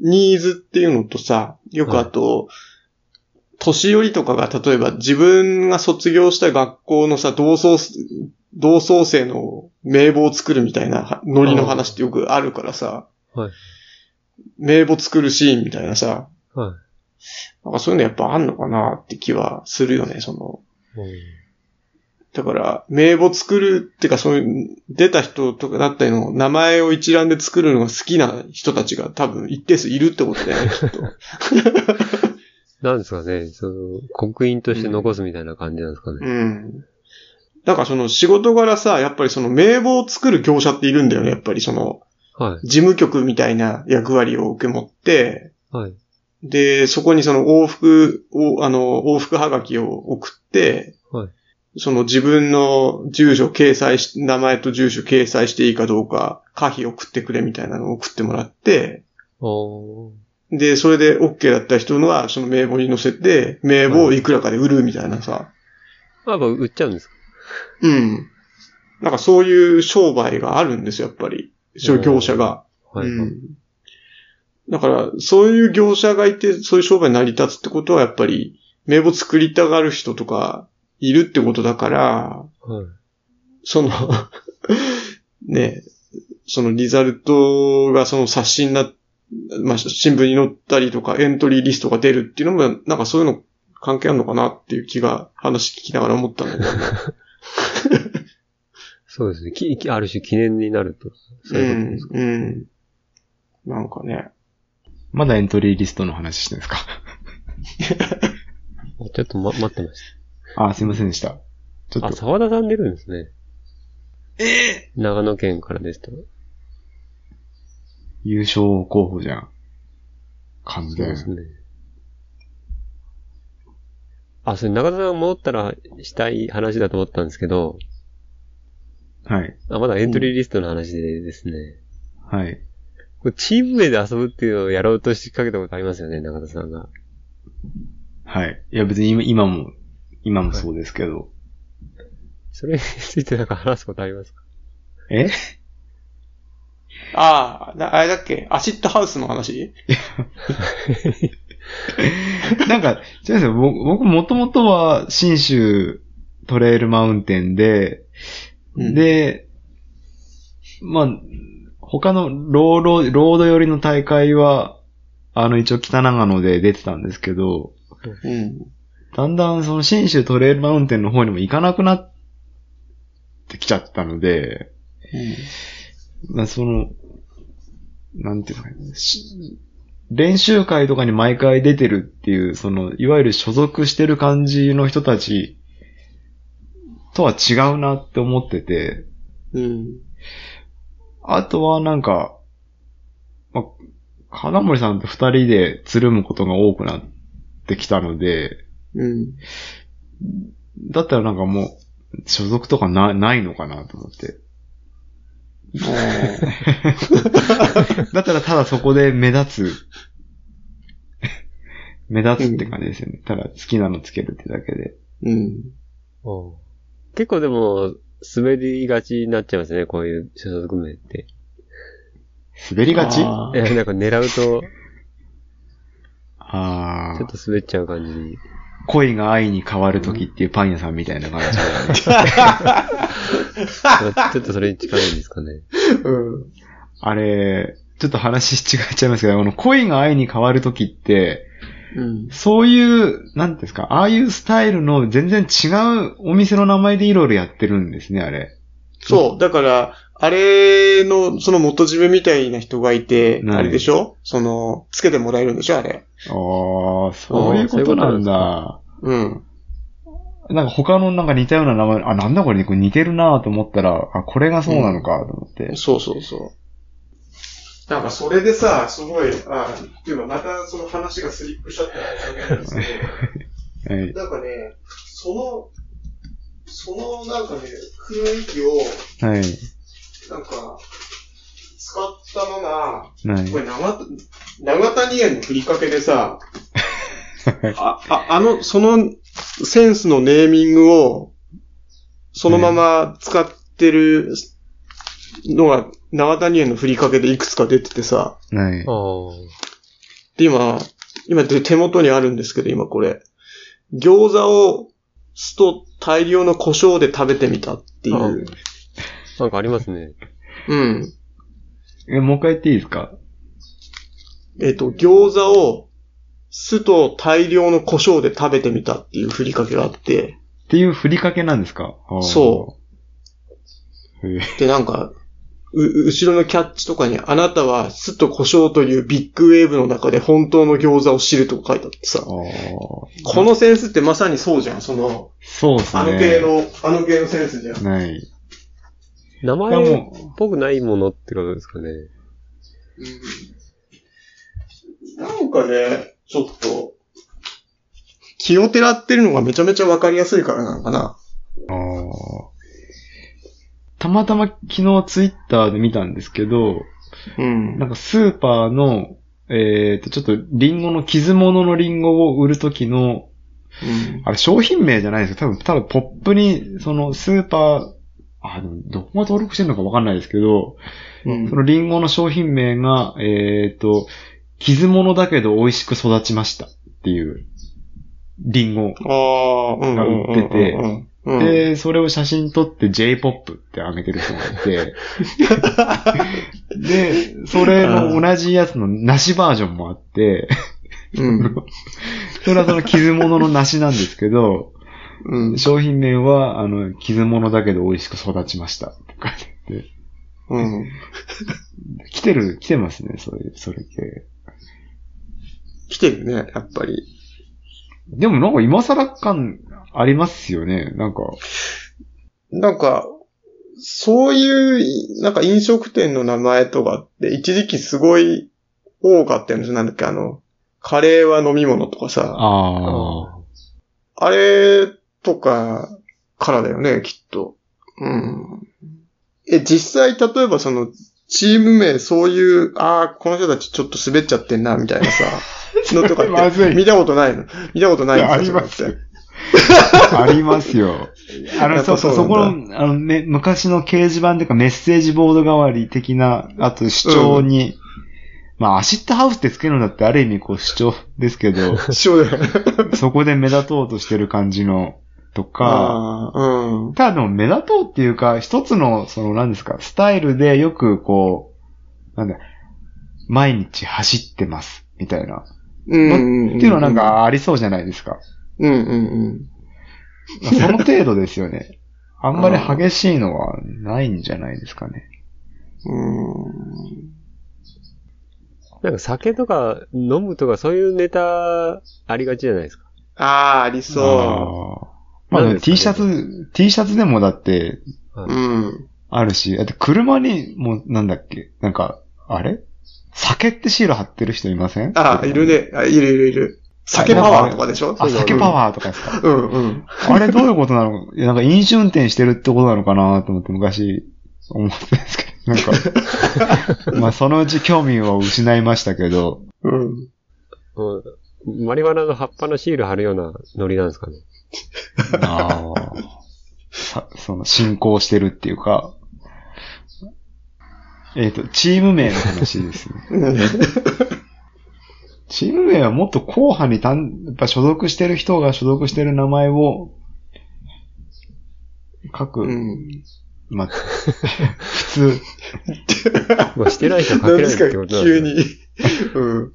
ニーズっていうのとさ、よくあと、年寄りとかが例えば自分が卒業した学校のさ、同窓す、同窓生の名簿を作るみたいなはノリの話ってよくあるからさ、
はい
名簿作るシーンみたいなさ、
はい。
なんかそういうのやっぱあんのかなって気はするよね、その、だから、名簿作るってか、そういう、出た人とかだったりの、名前を一覧で作るのが好きな人たちが多分一定数いるってことだよね、きっと。
なんですかね、その、刻印として残すみたいな感じなんですかね。
うん。だからその仕事柄さ、やっぱりその名簿を作る業者っているんだよね、やっぱりその、
はい、
事務局みたいな役割を受け持って、
はい、
で、そこにその往復を、あの、往復はがきを送って、
はい
その自分の住所掲載し、名前と住所掲載していいかどうか、可否送ってくれみたいなのを送ってもらって、
おー
で、それで OK だった人のは、その名簿に載せて、名簿をいくらかで売るみたいなさ。
あやっぱ売っちゃうんですか
うん。なんかそういう商売があるんですよ、やっぱり。そういう業者が。
はい、
うん。だから、そういう業者がいて、そういう商売成り立つってことは、やっぱり、名簿作りたがる人とか、いるってことだから、
はい。
その、 [laughs] ね、そのリザルトがその冊子になっ、まあ、新聞に載ったりとか、エントリーリストが出るっていうのも、なんかそういうの関係あるのかなっていう気が、話聞きながら思ったんだけど。
そうですね。ききある種記念になると。 [laughs] そういうことです
う
か。
ん、うん。なんかね。
まだエントリーリストの話してるんですか
ちょっと、ま、待ってまし
あ、すいませんでした。ちょ
た。
っ
あ、
と。
沢田さん出るんですね。
ええ
長野県からですと。
優勝候補じゃん。完
そう
全
で。すね。あ、それ長田さんが戻ったらしたい話だと思ったんですけど、
はい。
あ、まだエントリーリストの話でですね。
はい。
これチーム名で遊ぶっていうのをやろうとしかけたことありますよね、長田さんが。
はい。いや、別に今今も、今もそうですけど。
それについてなんか話すことありますか
え
ああ、なあれだっけアシットハウスの話
[laughs] なんか、違うんですよ。僕、僕もともとは、新州トレイルマウンテンで、、で、まあ、他のロード、ロード寄りの大会は、あの、一応北長野で出てたんですけど、
うん。
だんだんその新州トレイルマウンテンの方にも行かなくなってきちゃったので、まあ、その、なんていうのかね、し練習会とかに毎回出てるっていう、その、いわゆる所属してる感じの人たちとは違うなって思ってて、
うん。
あとはなんか、まあ、金森さんと二人でつるむことが多くなってきたので、
うん。
だったらなんかもう、所属とかな、ないのかなと思って。だったらただそこで目立つ。 [laughs] 目立つって感じですよね。ただ好きなのつけるってだけで。
うん。
結構でも、滑りがちになっちゃいますね、こういう所属名って。
滑りがち
[laughs]
あ
あ
い
ー
や、なんか狙うと、
あ
ちょっ
ー。
と滑っちゃう感じに。 [laughs]
恋が愛に変わる時っていうパン屋さんみたいな感 [laughs] じ。
ちょっとそれに近いんですかね。
[laughs] うん。
あれ、ちょっと話違っちゃいますけど、あの恋が愛に変わる時って、
うん。
そういう、なんていうんですか、ああいうスタイルの全然違うお店の名前でいろいろやってるんですね、あれ。
そう、だから、あれの、その元締めみたいな人がいて、
うん
あれでしょその、つけてもらえるんでしょあれ。
ああ、そういうことなんだ。
うん。
なんか他のなんか似たような名前、あ、なんだこれ、これ似てるなと思ったら、あ、これがそうなのかと思って。
そうそうそう。なんかそれでさ、すごい、あっていうかまたその話がスリップしちゃったわけなんですけど、
は
[laughs]
い。
なんかね、その、そのなんかね、雰囲気を、
はい。
なんか、使っしたのな、
ない
こ。れ長、長谷園のふりかけでさ、あ、あ、あの、そのセンスのネーミングを、そのまま使ってるのが、長谷園のふりかけでいくつか出ててさ、
ない。
ああ。
で、今、今手手元にあるんですけど、今これ。餃子を酢と大量の胡椒で食べてみたっていう。
なんかありますね。
うん。
え、もう一回言っていいですか
えっ、と、餃子を酢と大量の胡椒で食べてみたっていうふりかけがあって、
っていうふりかけなんですか。
そう
へえ
で、なんか、う、後ろのキャッチとかに、あなたは酢と胡椒というビッグウェーブの中で本当の餃子を知るとか書いてあってさ
あ、ー
このセンスってまさにそうじゃん、その、
そうですね。
あの系の、あの系のセンスじゃん。
ない。
名
いや
前っ
も
ぽくないものってことですかね。
なんかね、ちょっと、気をてらってるのがめちゃめちゃわかりやすいからなのかな。
う、あーたまたま昨日ツイッターで見たんですけど、
うん。
なんかスーパーの、えっ、と、ちょっとリンゴの傷物のリンゴを売るときの、
うん
あれ商品名じゃないですよ。多分、多分ポップに、そのスーパー、あ、でもどこが登録してるのかわかんないですけど、
うん
そのリンゴの商品名が、えっ、と、傷物だけど美味しく育ちましたっていう、リンゴ。
ああ、うん
が売ってて
うんうんうんうん
で、それを写真撮って J-POP って上げてる人が
[laughs]
いて、で、それの同じやつの梨バージョンも
[laughs]
あって、
うん
それはその傷物の梨なんですけど、
うん
商品名は、あの、傷物だけど美味しく育ちました。とか言って
うん
来てる、来てますね、それ、それ系。
来てるね、やっぱり。
でもなんか今更感ありますよね、なんか。
なんか、そういう、なんか飲食店の名前とかって、一時期すごい多かったんですよ。なんだっけ、あの、カレーは飲み物とかさ、
ああ。
あれとかからだよね、きっと。うん。え、実際、例えばその、チーム名、そういう、ああ、この人たちちょっと滑っちゃってんな、みたい
[laughs]
なさ、のとか
ま
っ
ず
て、
い
見たことないの見たことない
い
んですよ
やあります
それって
ありますよ。あ
や
の、
っぱ
そうそう、
そ
そうこ
な
の、あのね、昔の掲示板というかメッセージボード代わり的な、あと主張に、まあ、アシットハウスってつけるのだってある意味こう主張ですけ [laughs] ど、
そうだよね。
そこで目立とうとしてる感じの、とか、
ああ、うん。
ただでも目立とうっていうか、一つの、その、何ですか、スタイルでよくこう、なんだ、毎日走ってます、みたいな。
うん。
っていうのはなん、かありそうじゃないですか。
うんうん
まあその程度ですよね。あんまり激しいのはないんじゃないですかね。
うん。うん。
なんか酒とか飲むとかそういうネタありがちじゃないですか。
ああ、ありそ
あーまあで
なん
も
ですか
T シャツ、T シャツでもだって
う。うん。
あるし、だって車にもなんだっけ、なんか、あれ酒ってシール貼ってる人いません
ああ、いる。ね。あいるいるいる。酒パワーとかでしょ
あ、酒パ
ー。
ワーとかですか。
うんうん。
[laughs] あれどういうことなのいやなんか飲酒運転してるってことなのかなと思って昔思ってたんですけど、
[laughs]
なんか、まあそのうち興味を失いましたけど、
うん。
うんマリファナの葉っぱのシール貼るようなノリなんですかね。
ああ。その、進行してるっていうか、えっ、と、チーム名の
[laughs]
話ですね。チーム名はもっと硬派にたん、やっぱ所属してる人が所属してる名前を、書く、
うん。
まあ、普通、
まあ、してない人は書
何で
けないっ
す
てこ
か
[laughs] となんで
急
すね。
に。うん。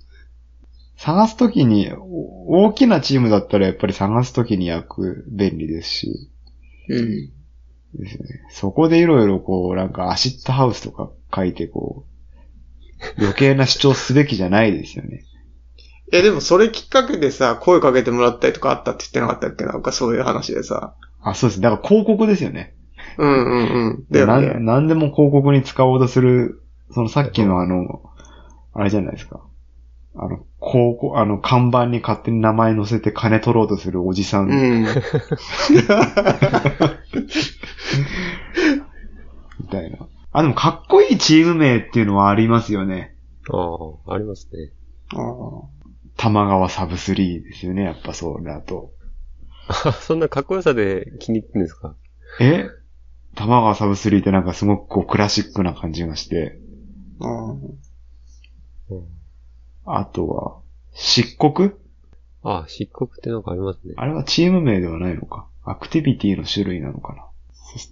探すときに、お大きなチームだったらやっぱり探すときに役便利ですし、
うん。
そこでいろいろこう、なんかアシットハウスとか書いてこう、余計な主張すべきじゃないですよね。 [laughs]
え、でもそれきっかけでさ、声かけてもらったりとかあったって言ってなかったっけなんかそういう話でさ。
あ、そうですね。だから広告ですよね。
うんうんうん。だ
な
よ
ん
ね。
なんでも広告に使おうとする、そのさっきのあの、あれじゃないですか。あの、広告、あの、看板に勝手に名前載せて金取ろうとするおじさん。
うん。
みたいな。あ、でもかっこいいチーム名っていうのはありますよね。
ああ、ありますね。
あー
玉川サブスリーですよね、やっぱそうだと。
あそんなかっこよさで気に入ってんですか
え玉川サブスリーってなんかすごくこうクラシックな感じがして、
あー
あとは、漆黒
ああ、漆黒ってなんかありますね。
あれはチーム名ではないのか。アクティビティの種類なのかな。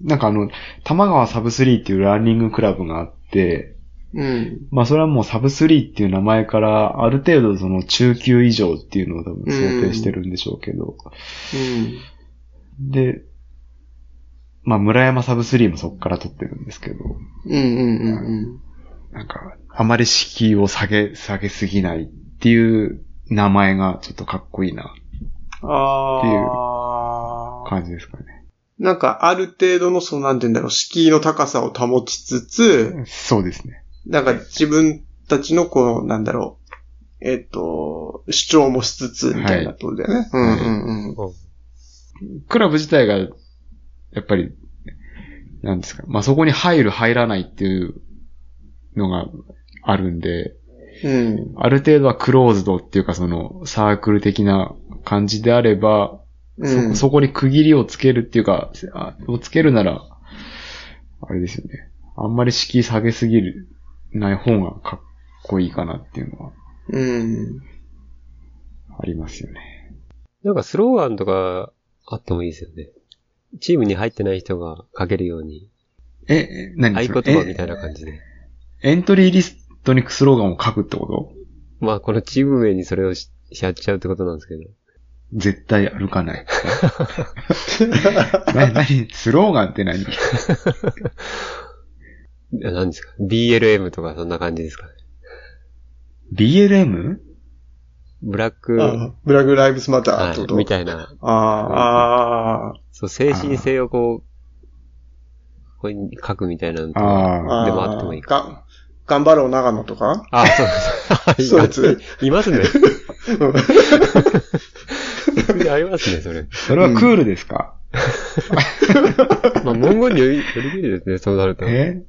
なんかあの、玉川サブスリーっていうランニングクラブがあって、
うん。
まあそれはもうサブスリーっていう名前からある程度その中級以上っていうのを多分想定してるんでしょうけど、
うん。
で、まあ村山サブスリーもそこから取ってるんですけど、
うんうんうんうん。
なんか、あまり敷居を下げ、下げすぎないっていう名前がちょっとかっこいいな
ああ。
感じですかね。
なんか、ある程度の、その、なんて言うんだろう、敷居の高さを保ちつつ、
そうですね。
なんか自分たちのこう、なんだろう、えっ、と、主張もしつつ、みたいなところだよね。
はい
うんうんうん。
クラブ自体が、やっぱり、なんですか、まあ、そこに入る入らないっていうのがあるんで、
うん。
ある程度はクローズドっていうかそのサークル的な感じであれば、
うん、
そそこに区切りをつけるっていうか、あをつけるなら、あれですよね。あんまり敷居下げすぎる、ない方がかっこいいかなっていうのは
うん。
ありますよね。
なんかスローガンとかあってもいいですよね。チームに入ってない人が書けるように、
え、え何
合言
それ
葉みたいな感じで。
えエントリーリストにスローガンを書くってこと
まあ、このチーム名にそれをししやっちゃうってことなんですけど。
絶対歩
[laughs]
かない。な、なにスローガンって何
いや何ですか ?BLM とかそんな感じですかね。
?BLM?
ブラック、
あブラグライブスマターってこ
はい、
と、
みたいな。
ああ、あ
そう、精神性をこう、ここに書くみたいなのとか
ああ。
あ。
でもあってもいい
か。が頑張ろう、長野とか
あ、そうで
[laughs]
す。
そうですね。
[laughs] いますね。
うん
ありますね、それ。
それはクールですか、
まあ、文言によりよりきりですね、そうなると。
え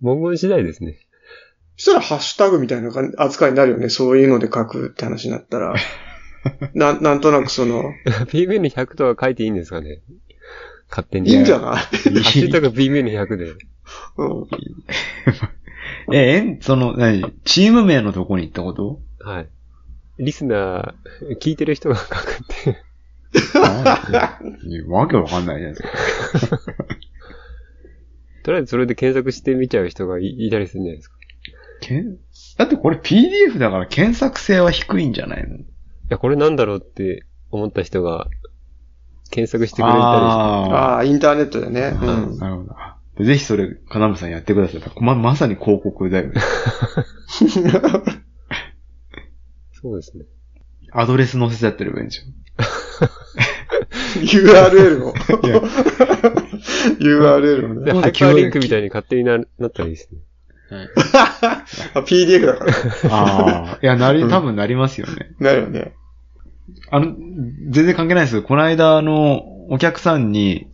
文言次第ですね。 [laughs]
そしたらハッシュタグみたいな感じ扱いになるよね。そういうので書くって話にな
[laughs]
ったら。な、なんとなくその、
B 面に100とか書いていいんですかね勝手に。
いいんじゃない
[laughs] ハッシュタグ B 面に100で。
うん。
え、えん、その、何チーム名のとこに行ったこと
はい。リスナー、聞いてる人が書くっていう。
なんでわけわかんないじゃないですか。
とりあえずそれで検索してみちゃう人がいいたりするんじゃないですか。
けんだってこれ PDF だから検索性は低いんじゃないの
いや、これなんだろうって思った人が、検索してくれた
ああ
ああ、インターネットでね。う
ー。
ん。
なるほど。でぜひそれ、金村さんやってください。ま、まさに広告だよ [laughs] ね。
りして。そうですね。
アドレス載せちゃってるんじ
URL を。
いや
URL をね。
で、
な
ハ
んか
イパーリンクみたいに勝手にななったらいいですね。
[laughs] あ PDF だから。
ゃん。ああ。いや、なり、多分なりますよね。
なるよね。
あの、全然関係ないですけど、この間、あの、お客さんに、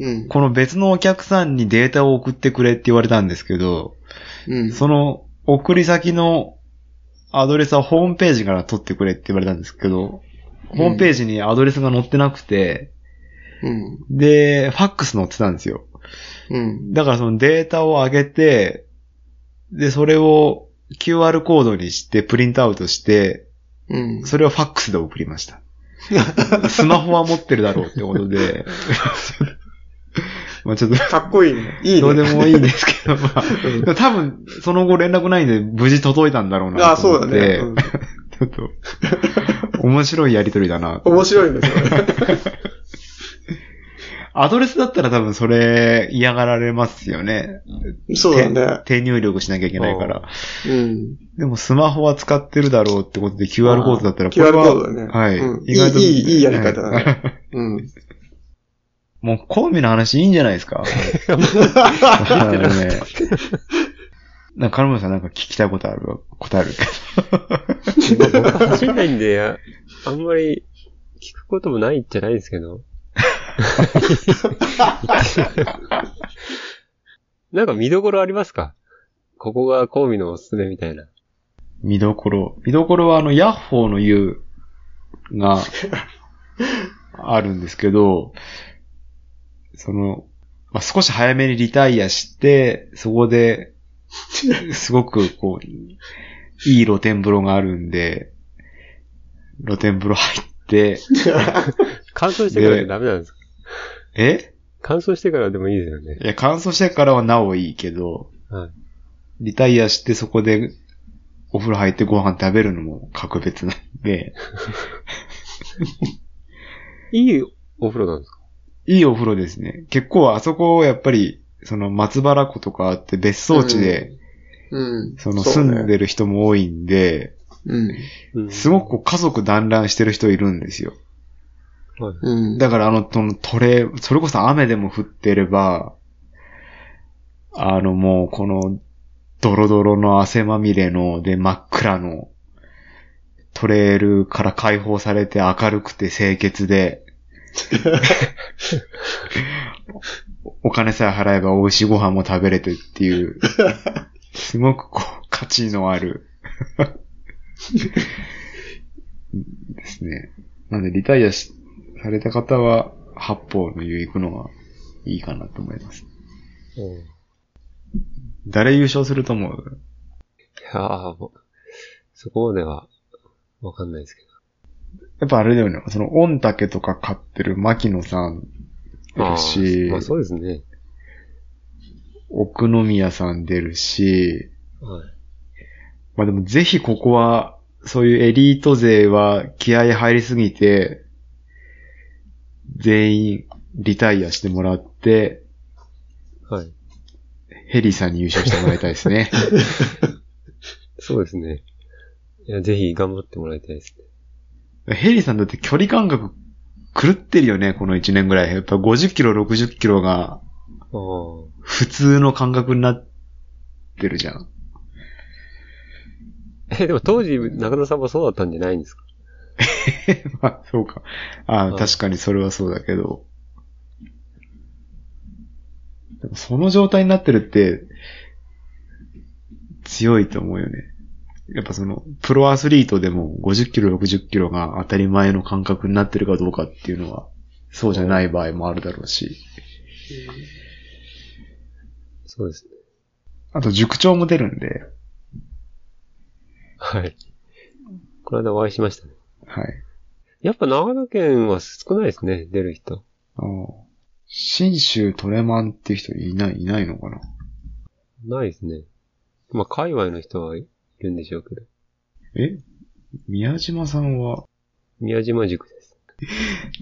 うん。
この別のお客さんにデータを送ってくれって言われたんですけど、
うん。
その、送り先のアドレスはホームページから取ってくれって言われたんですけど、ホームページにアドレスが載ってなくて、
うん。
で、ファックス載ってたんですよ。
うん。
だからそのデータを上げて、で、それを QR コードにして、プリントアウトして、
うん。
それをファックスで送りました。スマホは持ってるだろうってことで、まあちょっと、
かっこいいね。いい
どうで
ね。
もいいんですけど、まあ、でも多分、その後連絡ないんで、無事届いたんだろうな
[laughs] ああ、
と
そ
思
う
っ
だ
て。
ね。うん
ちょっと、面白いやりとりだな。
面白いんですよ
[laughs]
ね。
アドレスだったら多分それ嫌がられますよね。
そうだ
手入力しなきゃいけないから。
ね。うん。
でもスマホは使ってるだろうってことで QR コードだったら
QR コード
は
だね。
はい
うんい
意外と
い、いい、いいやり方だね。うん。
もうコウミの話いいんじゃな
[laughs]
いですか。あのねなんか、カルムさんなんか聞きたいことあることある
僕は走んないんで、ああんまり聞くこともないんじゃないですけど。 [laughs] なんか見どころありますかここがコウミのおすすめみたいな。
見どころ。見どころはあの、ヤッホーの湯
[laughs]
があるんですけど、その、まあ、少し早めにリタイアして、そこで、すごくこう、いい露天風呂があるんで、露天風呂入って、
乾燥してからじゃダメなんですか
え
乾燥してからでもいいですよね。
いや、乾燥してからはなおいいけど、
はい
リタイアしてそこでお風呂入ってご飯食べるのも格別なんで、
いいお風呂なんですか
いいお風呂ですね。結構あそこ、やっぱり、その松原湖とかあって別荘地で、
うん。
その住んでる人も多いんで、
そうね。
うん
すごくこう家族団らんしてる人いるんですよ。
うん。うん。
だからあの、そのトレ、それこそ雨でも降ってれば、あのもうこの、ドロドロの汗まみれの、で真っ暗の、トレールから解放されて明るくて清潔で、
[laughs]
お金さえ払えば美味しいご飯も食べれてっていう、すごくこう、価値の
[laughs]
ある、ですね。なんで、リタイアし、された方は、八方の湯行くのがいいかなと思います。
うんい
誰優勝すると思う
やーもうそこまでは、わかんないですけ
やっぱあれだよね、その、御嶽とか買ってる牧野さん出
ど。
るし、
まあそうですね。
奥宮さん出るし、
はい。
まあでもぜひここは、そういうエリート勢は気合入りすぎて、全員リタイアしてもらって、
はい。
ヘリーさんに優勝してもらいたいですね。
そうですね。いや、ぜひ頑張ってもらいたいですね。
ヘリーさんだって距離感覚狂ってるよね、この1年ぐらい。やっぱ50キロ、60キロが
ああ。
普通の感覚になってるじゃん。 [laughs]
え、でも当時、中野さんもそうだったんじゃないんですか
まあ、そうか。あ
う
あ、
ん
確かにそれはそうだけど。でもその状態になってるって、強いと思うよね。やっぱその、プロアスリートでも50キロ、60キロが当たり前の感覚になってるかどうかっていうのは、そうじゃない場合もあるだろうし。
そうですね。
あと、塾長も出るんで、
はい。この間お会いしましたね。
はい。
やっぱ長野県は少ないですね、出る人。
ああ。新州トレマンっていう人いない、いないのかな
ないですね。まあ、界隈の人はいるんでしょうけど。
え宮島さんは
宮島塾です。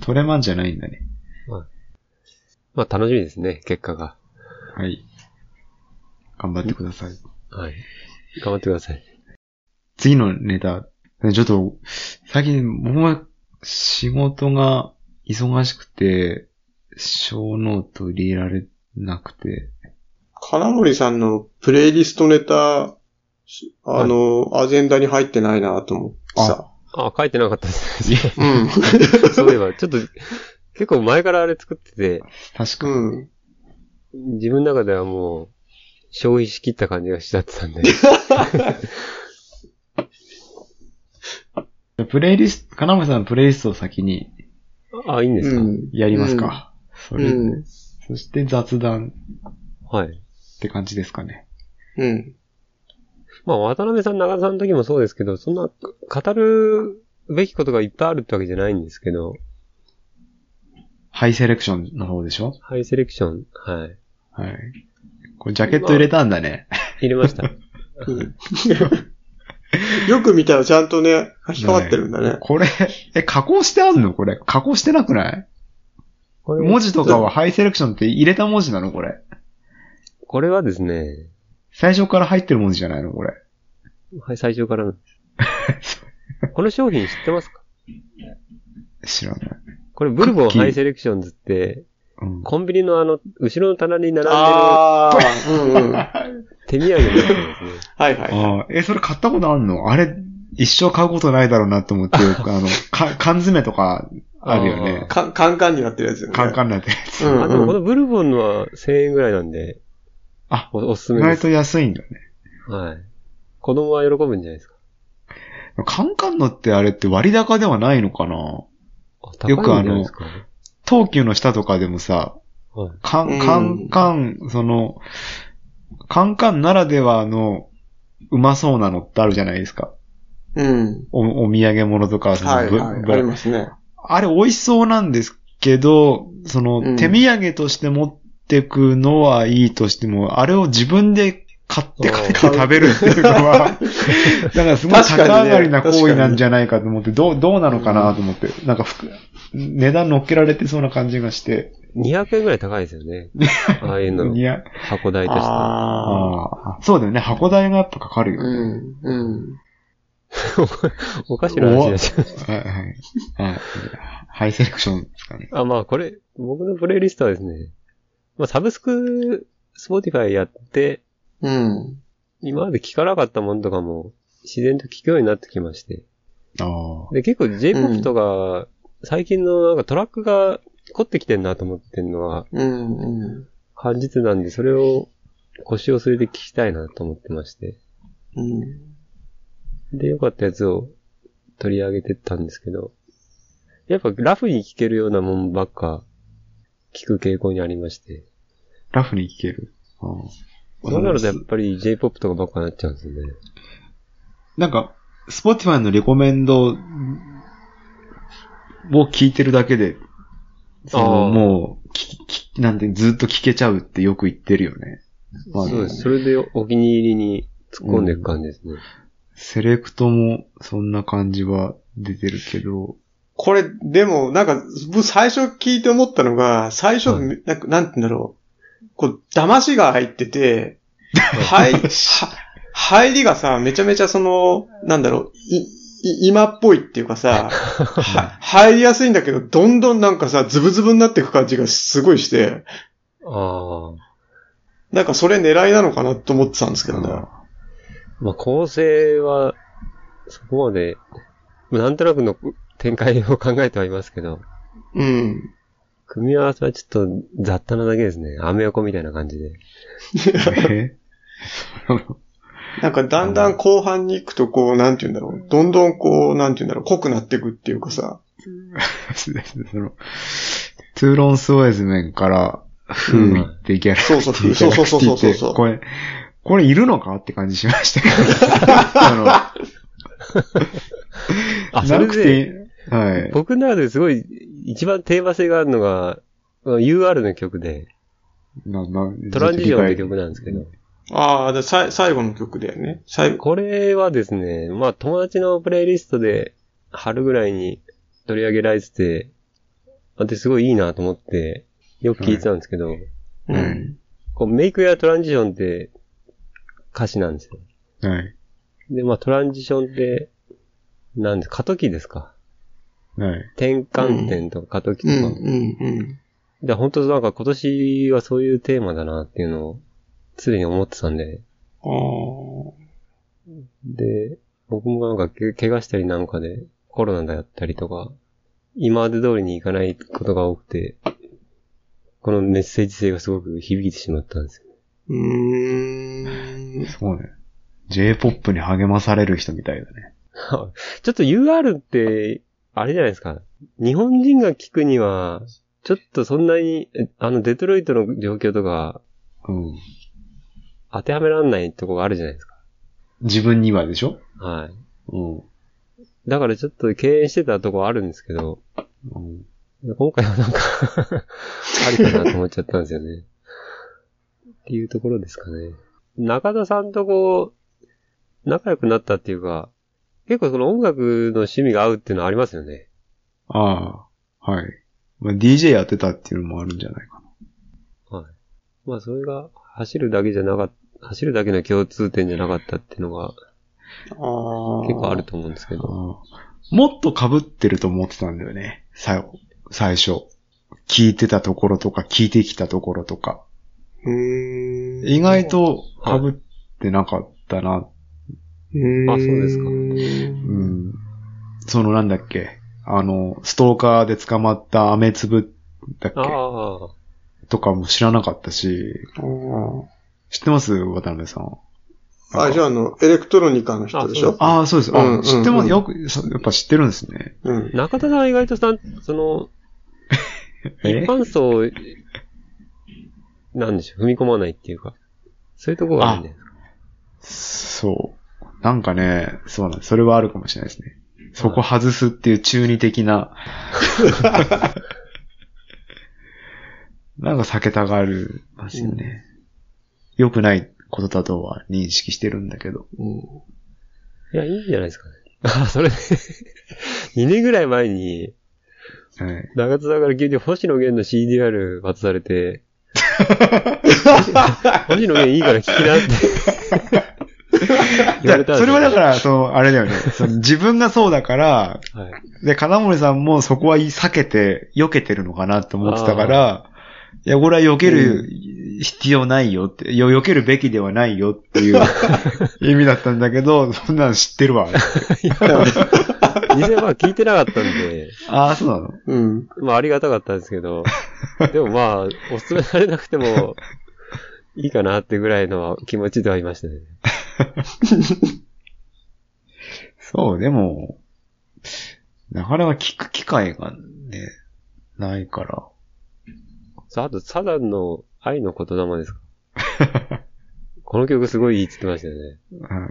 トレマンじゃないんだね。
まあ、楽しみですね、結果が。
はい。頑張ってください。
はい。頑張ってください。
次のネタ。ちょっと、最近、僕は仕事が忙しくて、小ノート入れられなくて、
金森さんのプレイリストネタ、しあの、アジェンダに入ってないなと思ってさ。
あ、書いてなかったですね。
[laughs] うん。
そういえば、ちょっと、結構前からあれ作ってて、
確かに、
うん。
自分の中ではもう、消費しきった感じがしちゃってた
[laughs]
んで。
プレイリスト、金森さんのプレイリストを先に
あ、いいんです
う
か、
ん。
やりますか。それ、
うん。
そして雑談
はい。
って感じですかね。
うん。
まあ、渡辺さん、中田さんの時もそうですけど、そんな、語るべきことがいっぱいあるってわけじゃないんですけど、
ハイセレクションの方でしょ
ハイセレクション、はい。
はい。これジャケット入れたんだね。
入れ
[laughs]
ました。
うん、よく見たらちゃんとね、引っかかってるんだね。
これ、え、加工してあんのこれ。加工してなくない
これ
文字とかはハイセレクションって入れた文字なのこれ。
これはですね、
最初から入ってる文字じゃないのこれ。
はい、最
[laughs]
初からなんです。この商品知ってますか
知らない。
これ、ブルボン
クッキー
ハイセレクションズって、
うん。
コンビニのあの、後ろの棚に並んでる
ああ、うんうん。は
手土産みたいなやつですね。
いはい。
ああ、え、それ買ったことあんのあれ、一生買うことないだろうなと思って、あの、か缶詰とかあるよね。
か、カンカンになってるやつよね。
カンカンなんて。
うんうん
あ、でもこのブルボンのは1000円ぐらいなんで、
あ
おおすす
意
めで
外
す。
と安いんだね。
はい。子供は喜ぶんじゃないですか。
カンカンのってあれって割高ではないのかな
あ
よく
高いんじゃないですか。
東急の下とかでもさ、
はい
カ
うん
ン、カンカン、その、カンカンならではの、うまそうなのってあるじゃないですか。
うん。
お、お土産物とか、その
はい、
ぶ
はい。
ぶ
ありますね。
あれ美味しそうなんですけど、その、
うん
手土産として持ってくのはいいとしても、あれを自分で買って
あー
買って食べるっていうの
[laughs]
は、だからすごい
確かにね
逆上がりな行為なんじゃないかと思って、どう、どうなのかなと思って、なんか服、値段乗っけられてそうな感じがして、
200円ぐらい高いですよ
[laughs]
ね。ああいうの、
似合う
箱代として。
ああ。
あーそうだよね、箱代がやっぱかかるよ
う
ね。
ん、うん。
おかしな話だし。
はいはい。はいハイセレクションですかね。
あ、まあこれ、僕のプレイリストはですね、まあサブスク、スポーティファイやって、
うん。
今まで聞かなかったものとかも、自然と聞くようになってきまして。
ああ。
で、結構 J-POP とか、最近のなんかトラックが凝ってきてんなと思ってるのは
うん、うん
感じてたんで、それを腰を据えて聞きたいなと思ってまして。
うん。
で、良かったやつを取り上げてったんですけど、やっぱラフに聴けるようなもんばっか聞く傾向にありまして。
ラフにいける。あー
そうなるとやっぱり J-POP とかばっかになっちゃうんですよね。
なんか、スポティファイのレコメンドを聞いてるだけで、そ
あ
の
ー
もう、ききなんてずっと聞けちゃうってよく言ってるよね。まあ
そうです。それでお気に入りに突っ込んでいく感じですね。
セレクトもそんな感じは出てるけ
[laughs]
ど、
これ、でも、なんか、僕最初聞いて思ったのが、最初、
は
なんか、なんて言うんだろう。こう、騙しが入って [laughs] て、はい、は入りがさ、めちゃめちゃその、なんだろう、い、い今っぽいっていうか [laughs] さ、は入りやすいんだけど、どんどんなんかさ、ズブズブになっていく感じがすごいして、
あ
なんかそれ狙いなのかなと思ってたんですけどね。
あ
あ。まあ構成は、そこまで、なんとなくの展開を考えてはいますけど、
うん。
組み合わせはちょっと雑多なだけですね。アメ横みたいな感じで。
ーえ
なんかだんだん後半に行くとこう、なんて言うんだろう。どんどんこう、なんて言うんだろう、濃くなっていくっていうかさ。
[laughs] その、トゥーロンスウェイズメンから、フーミってギャラクティ、
そうそう
ギャラクティ
そうそうそうそう
[laughs] って
そう
これ、これいるのかって感じしまし
[laughs]
たけど。あ
あ、
の
そ
な
れ
くてい
で、
い、はい。
僕の中ですごい一番テーマ性があるのが、UR の曲で、
な、な、
トランジションって
ちょっ
曲なんですけど、
ああ、でさい最後の曲だよね。最後。
これはですね、まあ友達のプレイリストで春ぐらいに取り上げられてて、あですごいいいなと思ってよく聞いてたんですけど、
う
うんん。
こうメイクやトランジションって歌詞なんですよ。
と理解はい。
で、まあトランジションって、なんです過渡期ですか
はい。
転換点とか過渡期と
う
か。
ん、うん、うん。
で、本当なんか今年はそういうテーマだなっていうのを常に思ってたんで、
あー
で、僕もなんかけ怪我したりなんかでコロナだったりとか、今まで通りに行かないことが多くて、このメッセージ性がすごく響いてしまったんですよ。
うーん。
そうね。J-POP に励まされる人みたいだね。
ちょっと UR って、あれじゃないですか。日本人が聞くには、ちょっとそんなに、えあのデトロイトの状況とか
うん。
当てはめらんないとこがあるじゃないですか。
自分にはでしょ
はい。
うん。
だからちょっと敬遠してたとこあるんですけど、
うん
今回はなんか、ありかなと思っちゃったんですよね。っていうところですかね。中田さんとこう、仲良くなったっていうか、結構その音楽の趣味が合うっていうのはありますよね。
ああ、はい。まあ、DJ やってたっていうのもあるんじゃないか
まあそれが走るだけじゃなかった、走るだけの共通点じゃなかったっていうのが
ああ。
結構ある。と思うんですけ
な。
ど。
もっと被ってると思ってたんだよね。最後、最初。聞いてたところとか、聞いてきたところとか。
うーん。
意外と被ってなかったな。
うーん。
あそうですか
う
うん。
ん。そのなんだっけ。あの、ストーカーで捕まった雨粒だっけ
ああ、
とかも知らなかったし、
あー
知ってます渡辺さん。
あ、じゃあ、あの、エレクトロニカの人でしょ
ああ、そうです。
うんうんう
あ、
ん
知ってます。よく、そやっぱ知ってるんですね。
うん。
中田さんは意外とさ、そ [laughs] の、一
え
般層、なんでしょう、踏み込まないっていうか、そういうとこがあるんだよ。
そう。なんかね、そうなんそれはあるかもしれないですね。そこ外すっていう中二的
[laughs]
な。なんか避けたがるますよね。良、くないことだとは認識してるんだけど。
いや、いいんじゃないですかね。あ、それ [laughs] で、2年ぐらい前に、
はい。
長津さんから急に星野源の CDR 渡され [laughs] て、星野源いいから聞き [laughs] なって言われたんですよ。
それはだから、その、あれだよね。その自分がそうだから、
ら、はい、
で、金森さんもそこは避けて、避けてるのかなって思ってたから、いや、これは避ける必要ないよって、よ避けるべきではないよっていう [laughs] 意味だったんだけど、そんなの知ってるわ。
以前は聞いてなかったんで、
ああ、そうなの
うん。
まあありがたかったんですけど、でもまあ、おすすめされなくても、いいかなってぐらいの気持ちではいましたね。
そう、でも、なかなか聞く機会がね、ないから。
さあ、あと、サザンの愛の言霊ですかこの曲すごいいいって言ってましたよね。
はい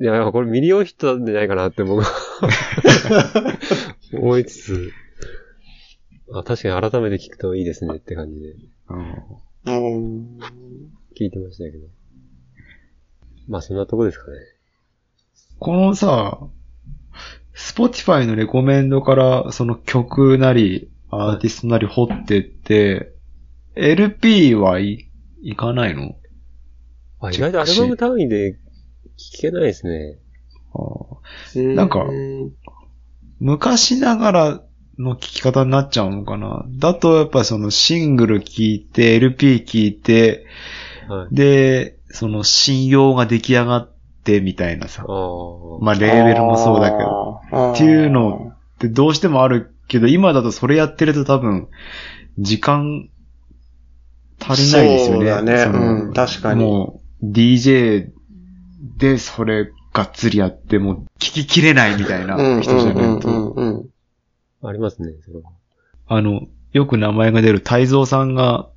いや、これミリオンヒットなんじゃないかなって僕は [laughs] 思いつつ、あ確かに改めて聞くといいですねって感じで
うん
うん。
聞いてましたけど。まあそんなとこですかね。
このさ、Spotify のレコメンドからその曲なり、アーティストなり掘ってって、LP はい、いかないの
あ意外とアルバム単位で聞けないですね。
ああ
なん
か昔ながらの聴き方になっちゃうのかなだとやっぱそのシングル聴いて、LP 聴いて、
はい。
で、その信用が出来上がってみたいなさ
あ。あ。
まあレーベルもそうだけど。
ど
っていうのをってどうしてもあるけど、今だとそれやってると多分、時間、足りないですよね。
そうだね
の
うん確かに
もう、DJ でそれがっつりやって、もう聞ききれないみたいな
うん
人じゃないと。
うんうんうん
ありますね、そ
[laughs]
れは。
あの、よく名前が出る太蔵さんが、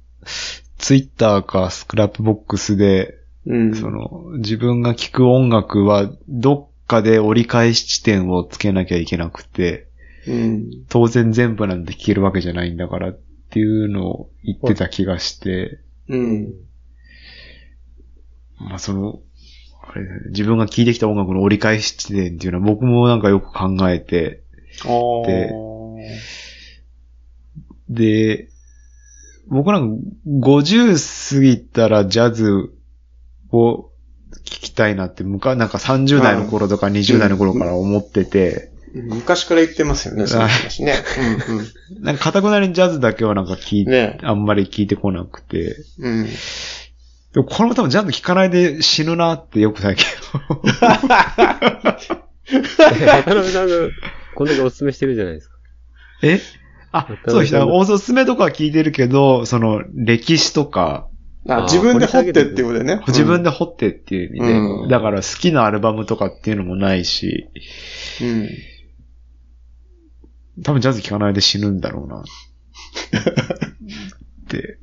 ツイッターかスクラップボックスで、
うん。
その、自分が聴く音楽は、どっかで折り返し地点をつけなきゃいけなくて、
うん。
当然全部なんて聞けるわけじゃないんだからっていうのを言ってた気がして、
うん。
まあその、あれだね自分が聴いてきた音楽の折り返し地点っていうのは僕もなんかよく考えて、
あー
でで、僕なんか50過ぎたらジャズを聞きたいなって、昔、なんか30代の頃とか20代の頃から思ってて、
昔から言ってますよね、その話ね。うんうん
なんか固くなりにジャズだけはなんか聞い、
ね
あんまり聞いてこなくて、
うん。
でもこれも多分ジャズ聞かないで死ぬなってよく最近
渡辺さんが、こんだけおすすめしてるじゃないですか。
えあ
渡、辺
そうでし
さ
た。
ん
おすすめとかは聞いてるけど、その、歴史とか、
あ
あー
自分で掘ってっていうことでね。
自分で掘ってっていう意味で、
うん
だから好きなアルバムとかっていうのもないし、
うん。
多分ジャズ聴かないで死ぬんだろ
[laughs]
うな。って。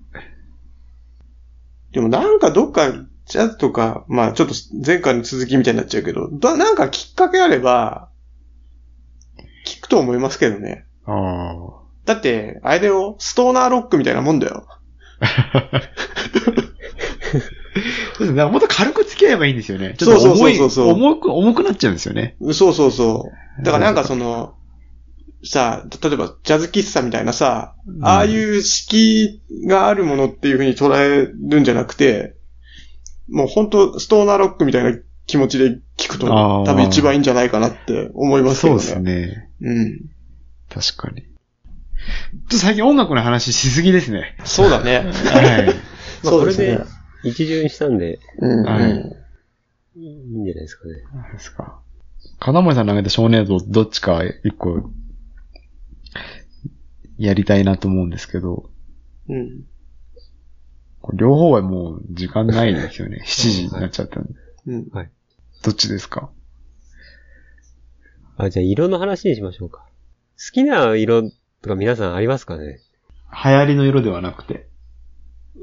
でもなんかどっか、ジャズとか、まあちょっと前回の続きみたいになっちゃうけど、だなんかきっかけあれば、聞くと思いますけどね。
ああ。
だって、あれだよ、ストーナーロックみたいなもんだよ。
そうですねなんかもっと軽く付き合えばいいんですよね。ちょっ
そ
と
うそう
重い、
そうそう
重く、重くなっちゃうんですよね。
そうそうそう。だからなんかその、さ、例えばジャズ喫茶みたいなさ、ああいうう敷居があるものっていうふうに捉えるんじゃなくて、もう本当ストーナーロックみたいな気持ちで聞くと、
あー
多分一番いいんじゃないかなって思い
ん、
ますけ
そう
ど
で
ね。
すね。
うん。
確かに。ちょっと最近音楽の話しすぎで
[laughs]
すね。
そうだね。
はい。
まあ
そうですね。
一巡したんで、
うん
はい
うん
いいんじゃないですかね。
そうですか。金森さん投げた少年像どっちか一個、やりたいなと思うんですけど、
うん。
これ両方はもう時間ないですよ [laughs] ね。7時になっちゃったんで。
うん。
どっちですか
あ、じゃあ色の話にしましょうか。好きな色とか皆さんありますかね
流行りの色ではなくて。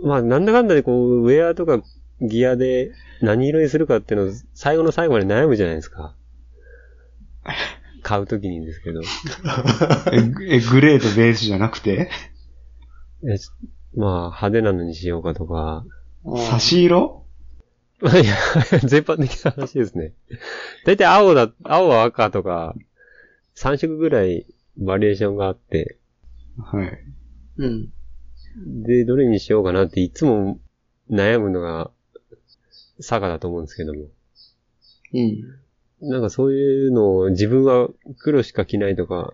まあ、なんだかんだでこう、ウェアとかギアで何色にするかっていうのを最後の最後まで悩むじゃないです
[laughs]
か。買うときにですけど。
え、グえグレーとベージュじゃなくて、
えちまあ、派手なのにしようかとか。
差し色
まあいや、全般的な話ですね。だいたい青だ、青、赤とか、3色ぐらいバリエーションがあって、
はい。
うん。
で、どれにしようかなっていつも悩むのが、佐賀だと思うんですけども。
うん。
なんかそういうのを自分は黒しか着ないとか、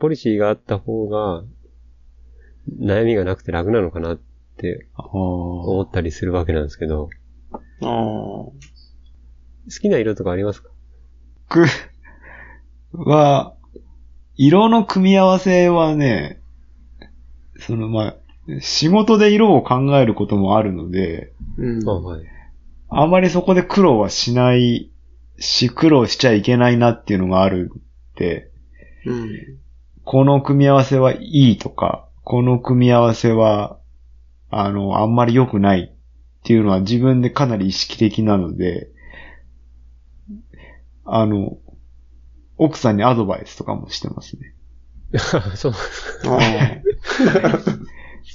ポリシーがあった方が、悩みがなくて楽なのかなって
ああ。
思ったりするわけなんですけど、
ああ。
好きな色とかありますか
僕は、色の組み合わせはね、そのまあ、仕事で色を考えることもあるので、
うん。
あはい。
あまりそこで苦労はしないし、苦労しちゃいけないなっていうのがあるって、
うん。
この組み合わせはいいとか、この組み合わせは、あの、あんまり良くないっていうのは自分でかなり意識的なので、あの、奥さんにアドバイスとかもしてますね。
[laughs] そう。
あ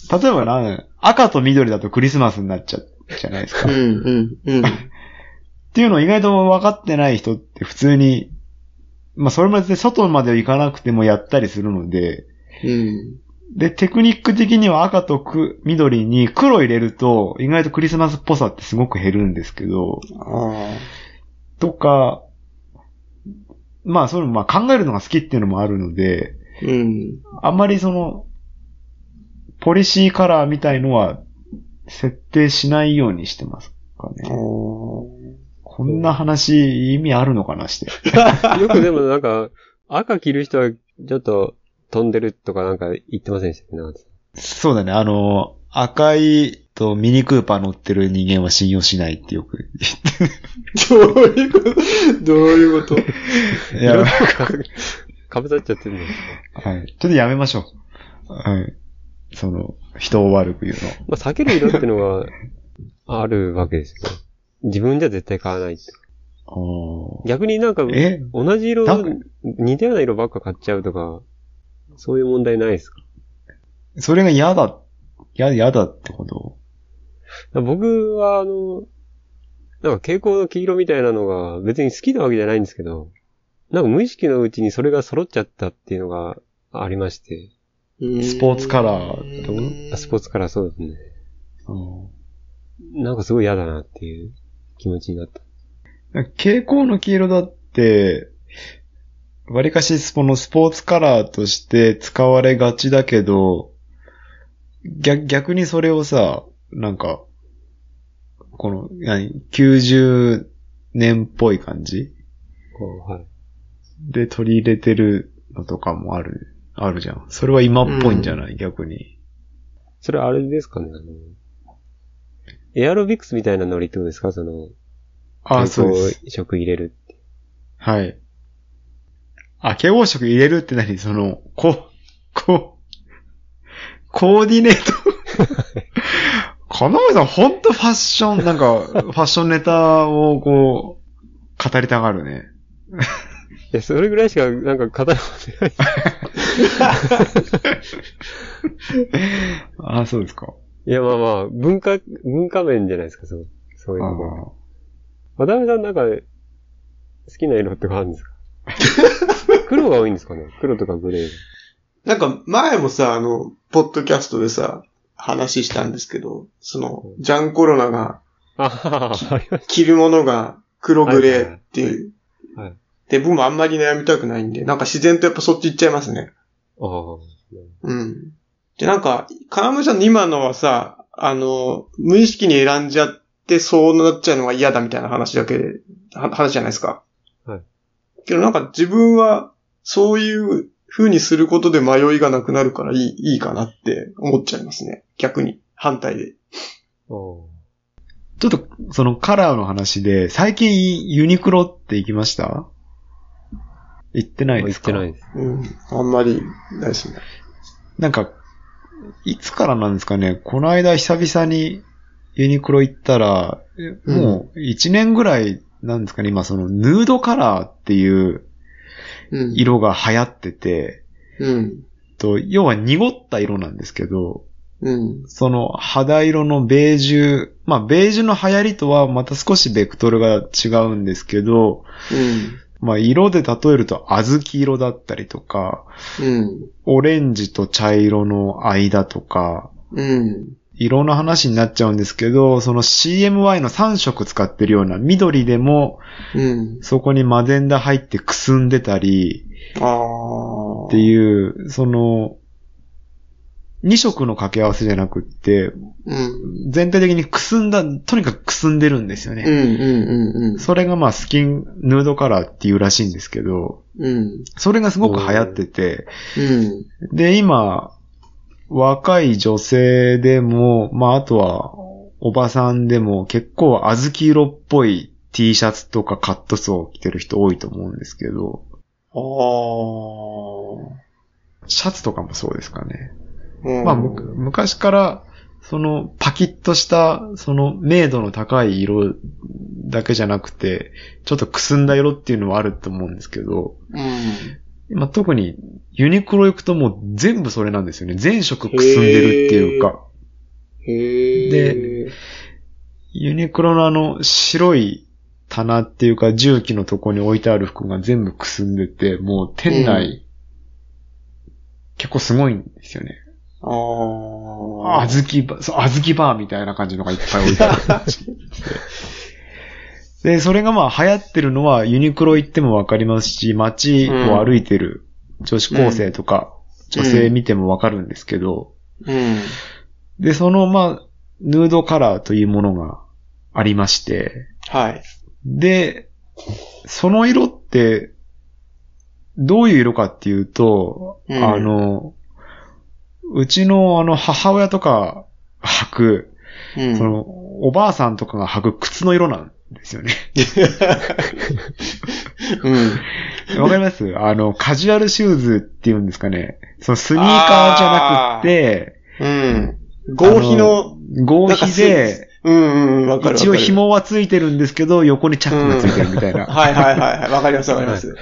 あ。
例えばな、赤と緑だとクリスマスになっちゃうじゃないですか。
う
っ
ん、うん、うん。
ていうのを意外と分かってない人って普通に、まあそれまで外までは行かなくてもやったりするので、
うん。
で、テクニック的には赤とく緑に黒入れると、意外とクリスマスっぽさってすごく減るんですけど、
ああ。
とか、まあ、それもまあ考えるのが好きっていうのもあるので、
うん。
あんまりその、ポリシーカラーみたいのは設定しないようにしてます
あ
かね。
あ。
こんな話意味あるのかなして。
[laughs] よくでもなんか、赤着る人はちょっと飛んでるとかなんか言ってませんでしたっけ
[laughs]
なんか
そうだね、あの、赤いとミニクーパー乗ってる人間は信用し [laughs] ないってよく
どういうこと [laughs] どういう
[laughs]
こと
言って。
色
や
々
ばい
かかぶさっちゃってるんです
はい。ちょっとやめましょう。はい。その、人を悪く言うの。
まあ、避ける色ってのがあるわけですよね。自分じゃ絶対買わないって。逆になんか、
え
同じ色
なんか、
似たような色ばっか買っちゃうとか、そういう問題ないですか
それが嫌だ、嫌、嫌だってこと
僕は、あの、なんか蛍光の黄色みたいなのが別に好きなわけじゃないんですけど、なんか無意識のうちにそれが揃っちゃったっていうのがありまして、
スポーツカラーってこ
あスポーツからそうですね。
うん
なんかすごい嫌だなっていう気持ちになった。
蛍光の黄色だって、わりかしそのスポーツカラーとして使われがちだけど、逆逆にそれをさ、なんか、この、何、90年っぽい感じ
こうはい。
で取り入れてるのとかもある、あるじゃん。それは今っぽいんじゃない、逆に。
それあれですかね、あの、エアロビクスみたいなノリってことですかその、
あ、そうです。
食入れる。
はい。あ、蛍光色入れるって何その、こ、こ、コーディネート。金森さん、ほんとファッション、なんか、ファッションネタをこう、語りたがるね。
いや、それぐらいしか、なんか、語らない。
あ、そうですか。
いや、まあまあ、文化、文化面じゃないですか、そう。そういう
あ
ところ。渡辺さんなんか、好きな色ってかあるんですか黒が多いんですかね黒とかグレー
なんか前もさ、あの、ポッドキャストでさ、話したんですけど、その、ジャンコロナが
が。あははありまし
着るものが黒グレーっていう。
はいはい
で、僕もあんまり悩みたくないんで、なんか自然とやっぱそっち行っちゃいますね。
た。ああ。
うん。で、なんか、金森さんの今のはさ、あの、無意識に選んじゃってそうなっちゃうのが嫌だみたいな話だけで、は話じゃないですか。
はい。
けどなんか自分は、そういう風にすることで迷いがなくなるからいい、いいかなって思っちゃいますね。逆に。反対で。
お
ちょっと、そのカラーの話で、最近ユニクロって行きました行ってない
言
で
っ
すか
てないです。
うん。あんまり、ないですね。
なんか、いつからなんですかね、この間久々にユニクロ行ったら、え
うん
もう1年ぐらいなんですかね、今そのヌードカラーっていう
うん。
色が流行ってて、
うん。
と要は濁った色なんですけど、
うん。
その肌色のベージュ、まあベージュの流行りとはまた少しベクトルが違うんですけど、
うん。
まあ色で例えると小豆色だったりとか、
うん。
オレンジと茶色の間とか、
うん。
色の話になっちゃうんですけど、その CMY の3色使ってるような緑でも、
うん。
そこにマゼンダ入ってくすんでたり
ああ。
っていう、その、2色の掛け合わせじゃなくって、
うん。
全体的にくすんだ、とにかくくすんでるんですよ
うん。
ね。
うん。
それがまあスキン、ヌードカラーっていうらしいんですけど、
うん。うん。
それがすごく流行ってて、
うん。
で、今、若い女性でも、まああとは、おばさんでも結構小豆色っぽい T シャツとかカットソーを着てる人多いと思うんですけど、
ああ。
シャツとかもそうですかね。
うん
まあ、む昔から、その、パキッとした、その、明度の高い色だけじゃなくて、ちょっとくすんだ色っていうのはあると思うんですけど、
うん。
今特に、ユニクロ行くともう全部それなんですよね。全色くすんでるっていうか、
へえ。
で、ユニクロのあの、白い棚っていうか、重機のとこに置いてある服が全部くすんでて、もう店内、
う
結構すごいんですよね。
ああ。
あずきバー、そう、あずきバーみたいな感じのがいっぱい置いてあ
[laughs]
る。で、それがまあ流行ってるのはユニクロ行ってもわかりますし、街を歩いてる女子高生とか、
うん
女性見てもわかるんですけど、
うん。
で、そのまあ、ヌードカラーというものがありまして、
はい。
で、その色って、どういう色かっていうと、
うん
あの、うちのあの母親とか履く、
うん。
その、おばあさんとかが履く靴の色なんです
[laughs]
よね。
うん。
わかりますあの、カジュアルシューズっていうんですかね。そのスニーカーじゃなくて、
うん。合皮の、
あの、合皮で、
うんうん、わかるわかる。
一応紐はついてるんですけど、横にチャックがついてるみたいな。
はいはいはいはい。わかりますわかります。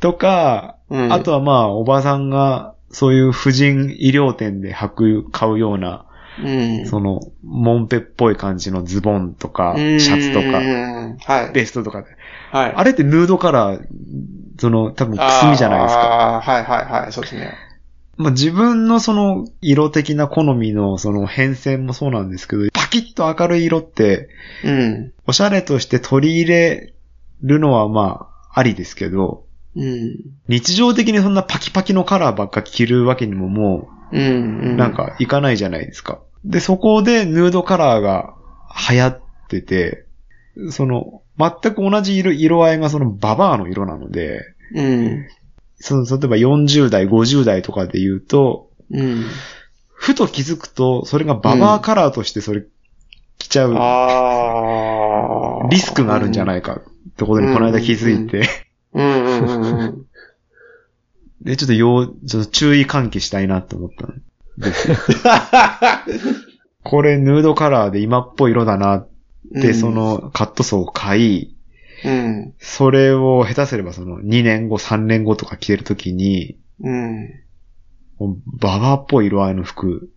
とか、
うん。
あとはまあ、おばさんが、そういう婦人医療店で履く、買うような、
うん、
その、モンペっぽい感じのズボンとか、シ
うん
ャツとか、
はい。
ベストとかで。
はい。
あれってヌードカラー、その、多分くすみじゃないですか。
ああ、はいはいはい。そうですね。
まあ、自分のその色的な好みのその変遷もそうなんですけど、パキッと明るい色って、
うん。
おしゃれとして取り入れるのはまあ、ありですけど、
うん。
日常的にそんなパキパキのカラーばっか着るわけにもも
うん。う
う、なん、かいかないじゃないですか。で、そこでヌードカラーが流行ってて、その、全く同じ色、色合いがそのババアの色なので、
うん。
その、例えば40代、50代とかで言うと、
うん。
ふと気づくと、それがババアカラーとしてそれ、来ちゃう、
ああ。
リスクがあるんじゃないいかってことにこの間気づいて、
うんうんうんうん。
で、ちょっと要、ちょっと注意喚起したいなと思ったの
[laughs]
これ、ヌードカラーで今っぽい色だなって、そ、の、カットソーを買い、
うん。
それを下手すればその、2年後、3年後とか着てるときに、
うん。
もうババアっぽい色合いの服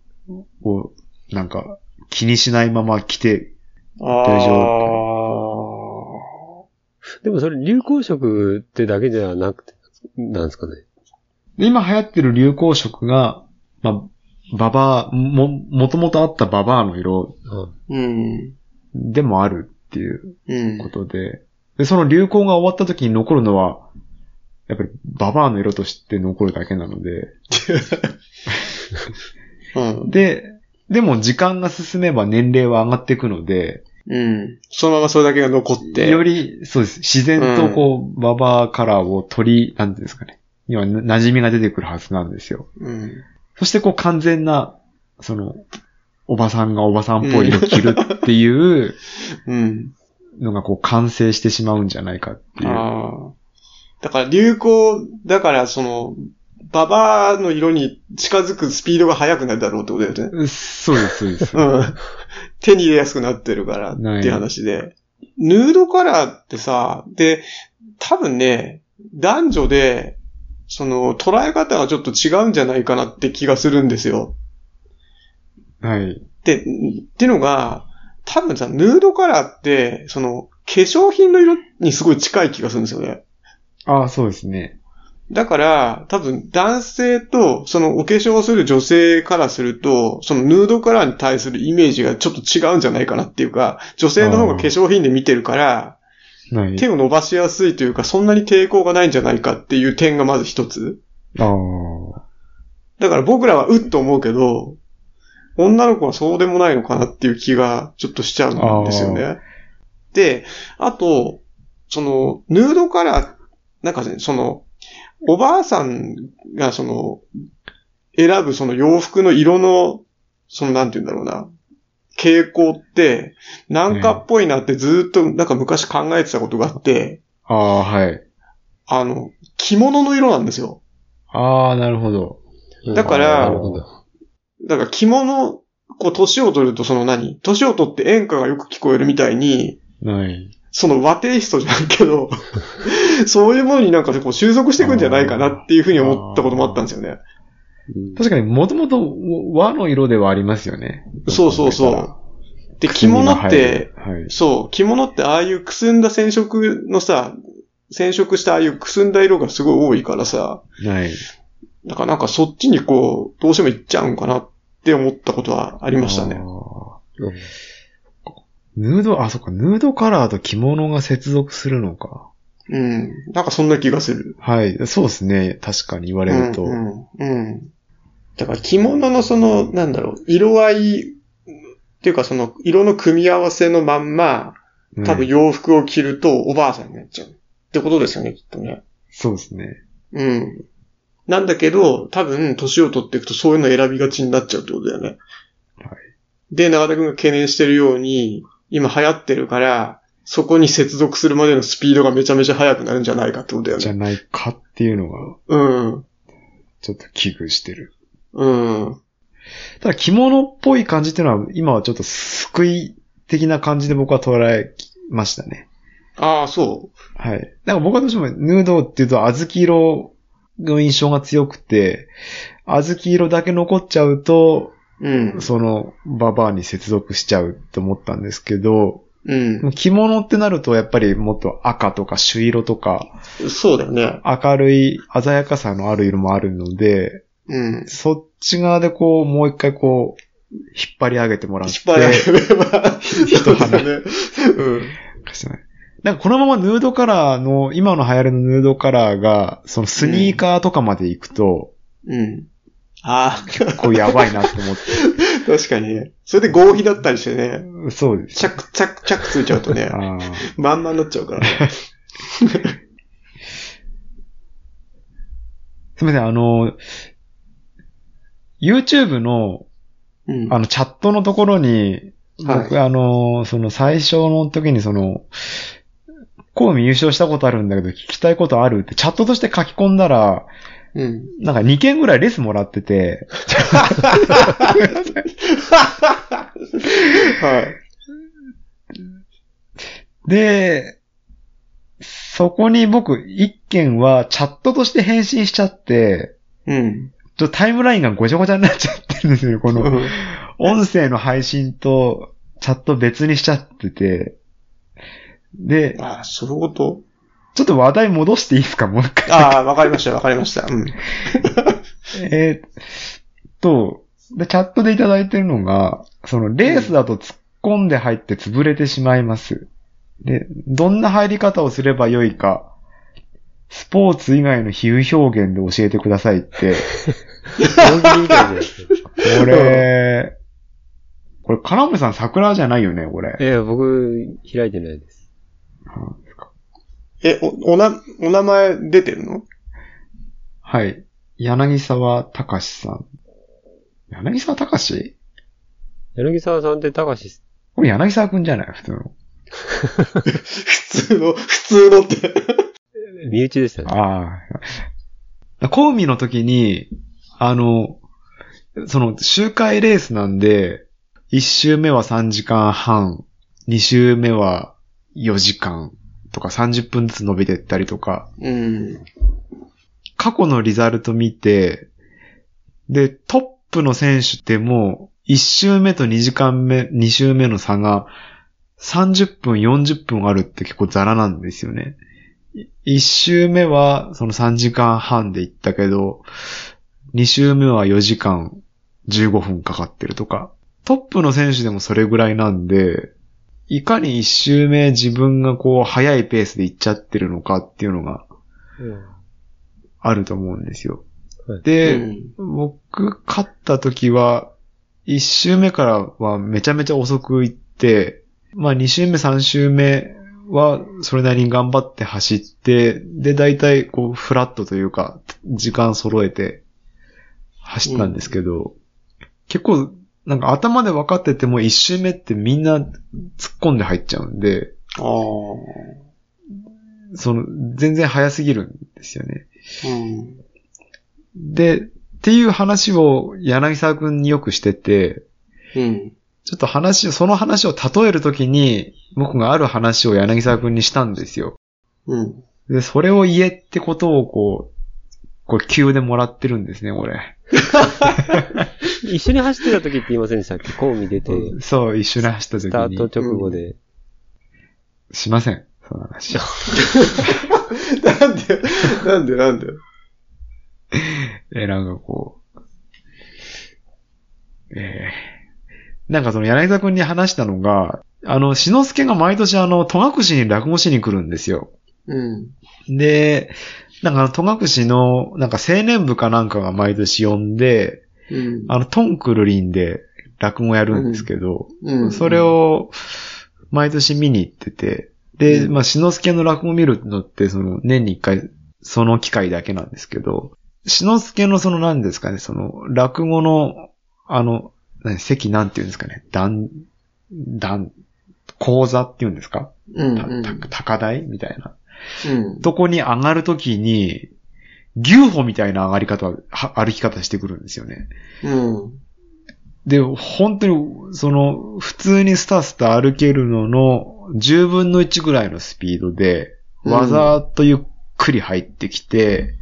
を、なんか、気にしないまま着て、
あ
大丈
でもそれ流行色ってだけじゃなくて、なんですかね。
で今流行ってる流行色が、まあ、ババア、も、もともとあったババアの色
あ
うん。
でもあるっていう
うん
こ。とで、で、その流行が終わった時に残るのは、やっぱりババアの色として残るだけなので、
うん。
で、でも時間が進めば年齢は上がっていくので、
うん。そのままそれだけが残って。
より、そうです。自然とこう、ババアカラーを取り、なんていうんですかね。には馴染みが出てくるはずなんですよ。
うん。
そしてこう完全な、その、おばさんがおばさんっぽい色着るっていう
うん。
のがこう完成してしまうんじゃないかっていう。
ああ。だから流行、だからその、ババアの色に近づくスピードが速くなるだろうってことだよね。
そうです、そ
[laughs]
うです。
うん。手に入れやすくなってるからっていう話で。ヌードカラーってさ、で、多分ね、男女で、その、捉え方がちょっと違うんじゃないかなって気がするんですよ。
はい。
で、ってのが、多分さ、ヌードカラーって、その、化粧品の色にすごい近い気がするんですよね。
ああ、そうですね。
だから、多分男性と、そのお化粧をする女性からすると、そのヌードカラーに対するイメージがちょっと違うんじゃないかなっていうか、女性の方が化粧品で見てるから、
はい。
手を伸ばしやすいというか、そんなに抵抗がないんじゃないかっていう点がまず一つ。
ああ。
だから僕らはうっと思うけど、女の子はそうでもないのかなっていう気がちょっとしちゃうんですよね。で、あと、その、ヌードカラー、なんかね、その、おばあさんがその、選ぶその洋服の色の、そのなんて言うんだろうな、傾向って、なんかっぽいなってずーっとなんか昔考えてたことがあって、
ああ、はい。
あの、着物の色なんですよ。
ああ、なるほど。
だから
なるほど。
だから着物、こう、年を取るとその何年を取って演歌がよく聞こえるみたいに、
はい。
その和テイストじゃないけ [laughs] ど、そういうものになんかこう収束していくんじゃないかなっていうふうに思ったこともあったんですよね。
確かにもともと和の色ではありますよね。
そうそうそう。で、着物って、
はい。
そう、着物ってああいうくすんだ染色のさ、染色したああいうくすんだ色がすごい多いからさ、
はい。
だからなんかそっちにこう、どうしても行っちゃうんかなって思ったことはありましたね
あ。ー。ヌード、あ、そっか、ヌードカラーと着物が接続するのか。
うん。なんかそんな気がする。
はい。そうですね。確かに言われると。
うん、うんうん。だから着物のその、なんだろう、色合い、っていうかその、色の組み合わせのまんま、
うん
多分洋服を着るとおばあさんになっちゃう。ってことですよね、きっとね。
そうですね。
うん。なんだけど、多分、年を取っていくとそういうの選びがちになっちゃうってことだよね。
はい
で、長田くんが懸念してるように、今流行ってるから、そこに接続するまでのスピードがめちゃめちゃ速くなるんじゃないかってことだよ
じゃ
ね。
ないかっていうのが、
うん。
ちょっと危惧してる。
うん。
ただ着物っぽい感じっていうのは、今はちょっと救い的な感じで僕は捉えましたね。
ああ、そう。
はい。なんか僕はどうしてもヌードっていうと小豆色の印象が強くて、小豆色だけ残っちゃうと、
うん。
そのババアに接続しちゃうと思ったんですけど、
う
着物ってなるとやっぱりもっと赤とか朱色とか、
ん。そうだよね。
明るい鮮やかさのある色もあるので、
うん。
そっち側でこう、もう一回こう、引っ張り上げてもらっ。
引って張られれ [laughs] ば、
人花
ね。うん。
なんかこのままヌードカラーの、今の流行りのヌードカラーが、そのスニーカーとかまで行くと、
うん。ああ、
こうやばいなって思っ
[laughs] 確かにね。それで合皮だったりしてね。
て。 [laughs] そうです。
チャクチャクチャクついちゃうとね
あ、ー
まんまになっちゃうからね。
すみません、あの、YouTube の、
うん。
あの、チャットのところに、僕、あの、その最初の時にその、コウミ優勝したことあるんだけど、聞きたいことあるって、チャットとして書き込んだら、
うん。
なんか2件ぐらいレスもらってて、
はい。
で、そこに僕1件はチャットとして返信しちゃって、
うん。
ちょっとタイムラインがごちゃごちゃになっちゃってるんですよ。この音声の配信とチャット別にしちゃってて。で、
ああ、そういうこと
ちょっと話題戻していいですかもう一回。
ああ、わかりました、わかりました。うん。
えーっと、で、チャットでいただいてるのが、その、レースだと突っ込んで入って潰れてしまいます。で、どんな入り方をすればよいか、スポーツ以外の比喩表現で教えてくださいって、
大喜利みたいじゃないですか。
これ、これ、金森さん桜じゃないよね、これ。
[laughs] いや、僕、開いてないです。
え、お、おな、お名前出てるの
はい。柳沢隆さん。柳沢隆
柳沢さんって高橋、
これ柳沢くんじゃない普通の。
普通の、普通のって。
身内でしたね。
ああ。コウミの時に、あの、その、周回レースなんで、1周目は3時間半、2周目は4時間とか30分ずつ伸びてったりとか、
うん。
過去のリザルト見て、で、トップの選手ってもう、1周目と2時間目、2周目の差が、30分、40分あるって結構ザラなんですよね。1周目はその3時間半で行ったけど、2周目は4時間15分かかってるとか。トップの選手でもそれぐらいなんで、いかに1周目自分がこう速いペースで行っちゃってるのかっていうのがあると思うんですよ
はい。
で、
うん
僕、勝った時は、一周目からはめちゃめちゃ遅く行って、まあ二周目、三周目はそれなりに頑張って走って、で、大体こうフラットというか、時間揃えて走ったんですけど、結構なんか頭で分かってても一周目ってみんな突っ込んで入っちゃうんで、
ああ。
その全然早すぎるんですよね。
うん。
で、っていう話を柳沢くんによくしてて、
うん。
ちょっと話を、その話を例えるときに、僕がある話を柳沢くんにしたんですよ。
うん。
で、それを言えってことをこう、これ急でもらってるんですね、これ。
一緒に走ってた時って言いませんでしたっけコウ見出て、
そう、一緒に走った
スタ
時
ー
に。
ト直後で。
しません、その話。
[laughs]
なんで、なんで、なんで。
えー、なんかこう、えー、なんかその柳沢くんに話したのが、あの、しのすけが毎年あの、戸隠に落語しに来るんですよ。
うん。
で、なんかあの戸隠の、なんか青年部かなんかが毎年呼んで、
うん。
あの、トンクルリンで落語やるんですけど、
うん
それ、を毎年見に行ってて、で、
うん
まあ、しのすけの落語見るのって、その、年に一回、その機会だけなんですけど、しのすけのその何ですかね、その、落語の、あの、何席なんていうんですかね、段、段、講座っていうんですか、
うん。
たた高台みたいな。
うん。
とこに上がるときに、牛歩みたいな上がり方、は歩き方してくるんですよね。
うん。
で、本当に、その、普通にスタスタ歩けるのの10分の1ぐらいのスピードで、
うん
わざーっとゆっくり入ってきて、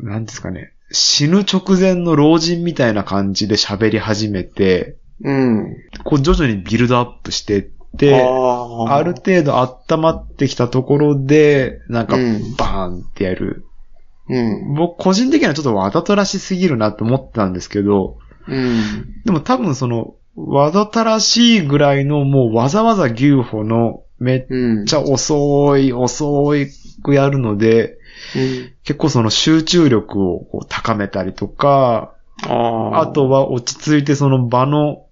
うん。
なんですかね、死ぬ直前の老人みたいな感じで喋り始めて、
うん。
こう徐々にビルドアップしてって、
あ
ある程度温まってきたところで、なんか
う
バ
ん
ーンってやる。
うん。
僕個人的にはちょっとわざとらしすぎるなと思ってたんですけど、
うん。
でも多分その、わざたらしいぐらいのもうわざわざ牛歩のめっ
うん。
ちゃ遅い、遅いくやるので、
うん。
結構その集中力をこう高めたりとか、
あ
あとは落ち着いてその場の、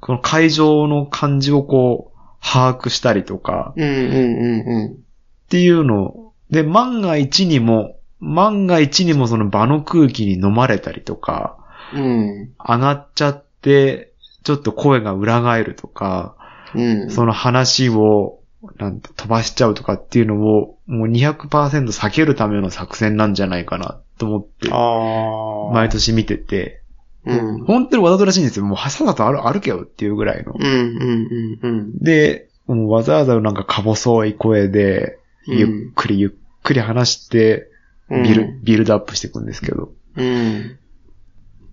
この会場の感じをこう、把握したりとか、
うんうんうん
っていうので、万が一にも、万が一にもその場の空気に飲まれたりとか、
うん。
上がっちゃって、ちょっと声が裏返るとか、
うん。うん。
その話をなんて飛ばしちゃうとかっていうのを、もう200%避けるための作戦なんじゃないかなと思って、
ああ。
毎年見てて、
うん。うん
本当にわざとらしいんですよ。もうはさだと歩歩けよっていうぐらいの。
うんうんうん。
で、もうわざわざなんかか細い声で、ゆっくりゆっくり話して、ビル、ビルドアップしていくんですけど。
うん。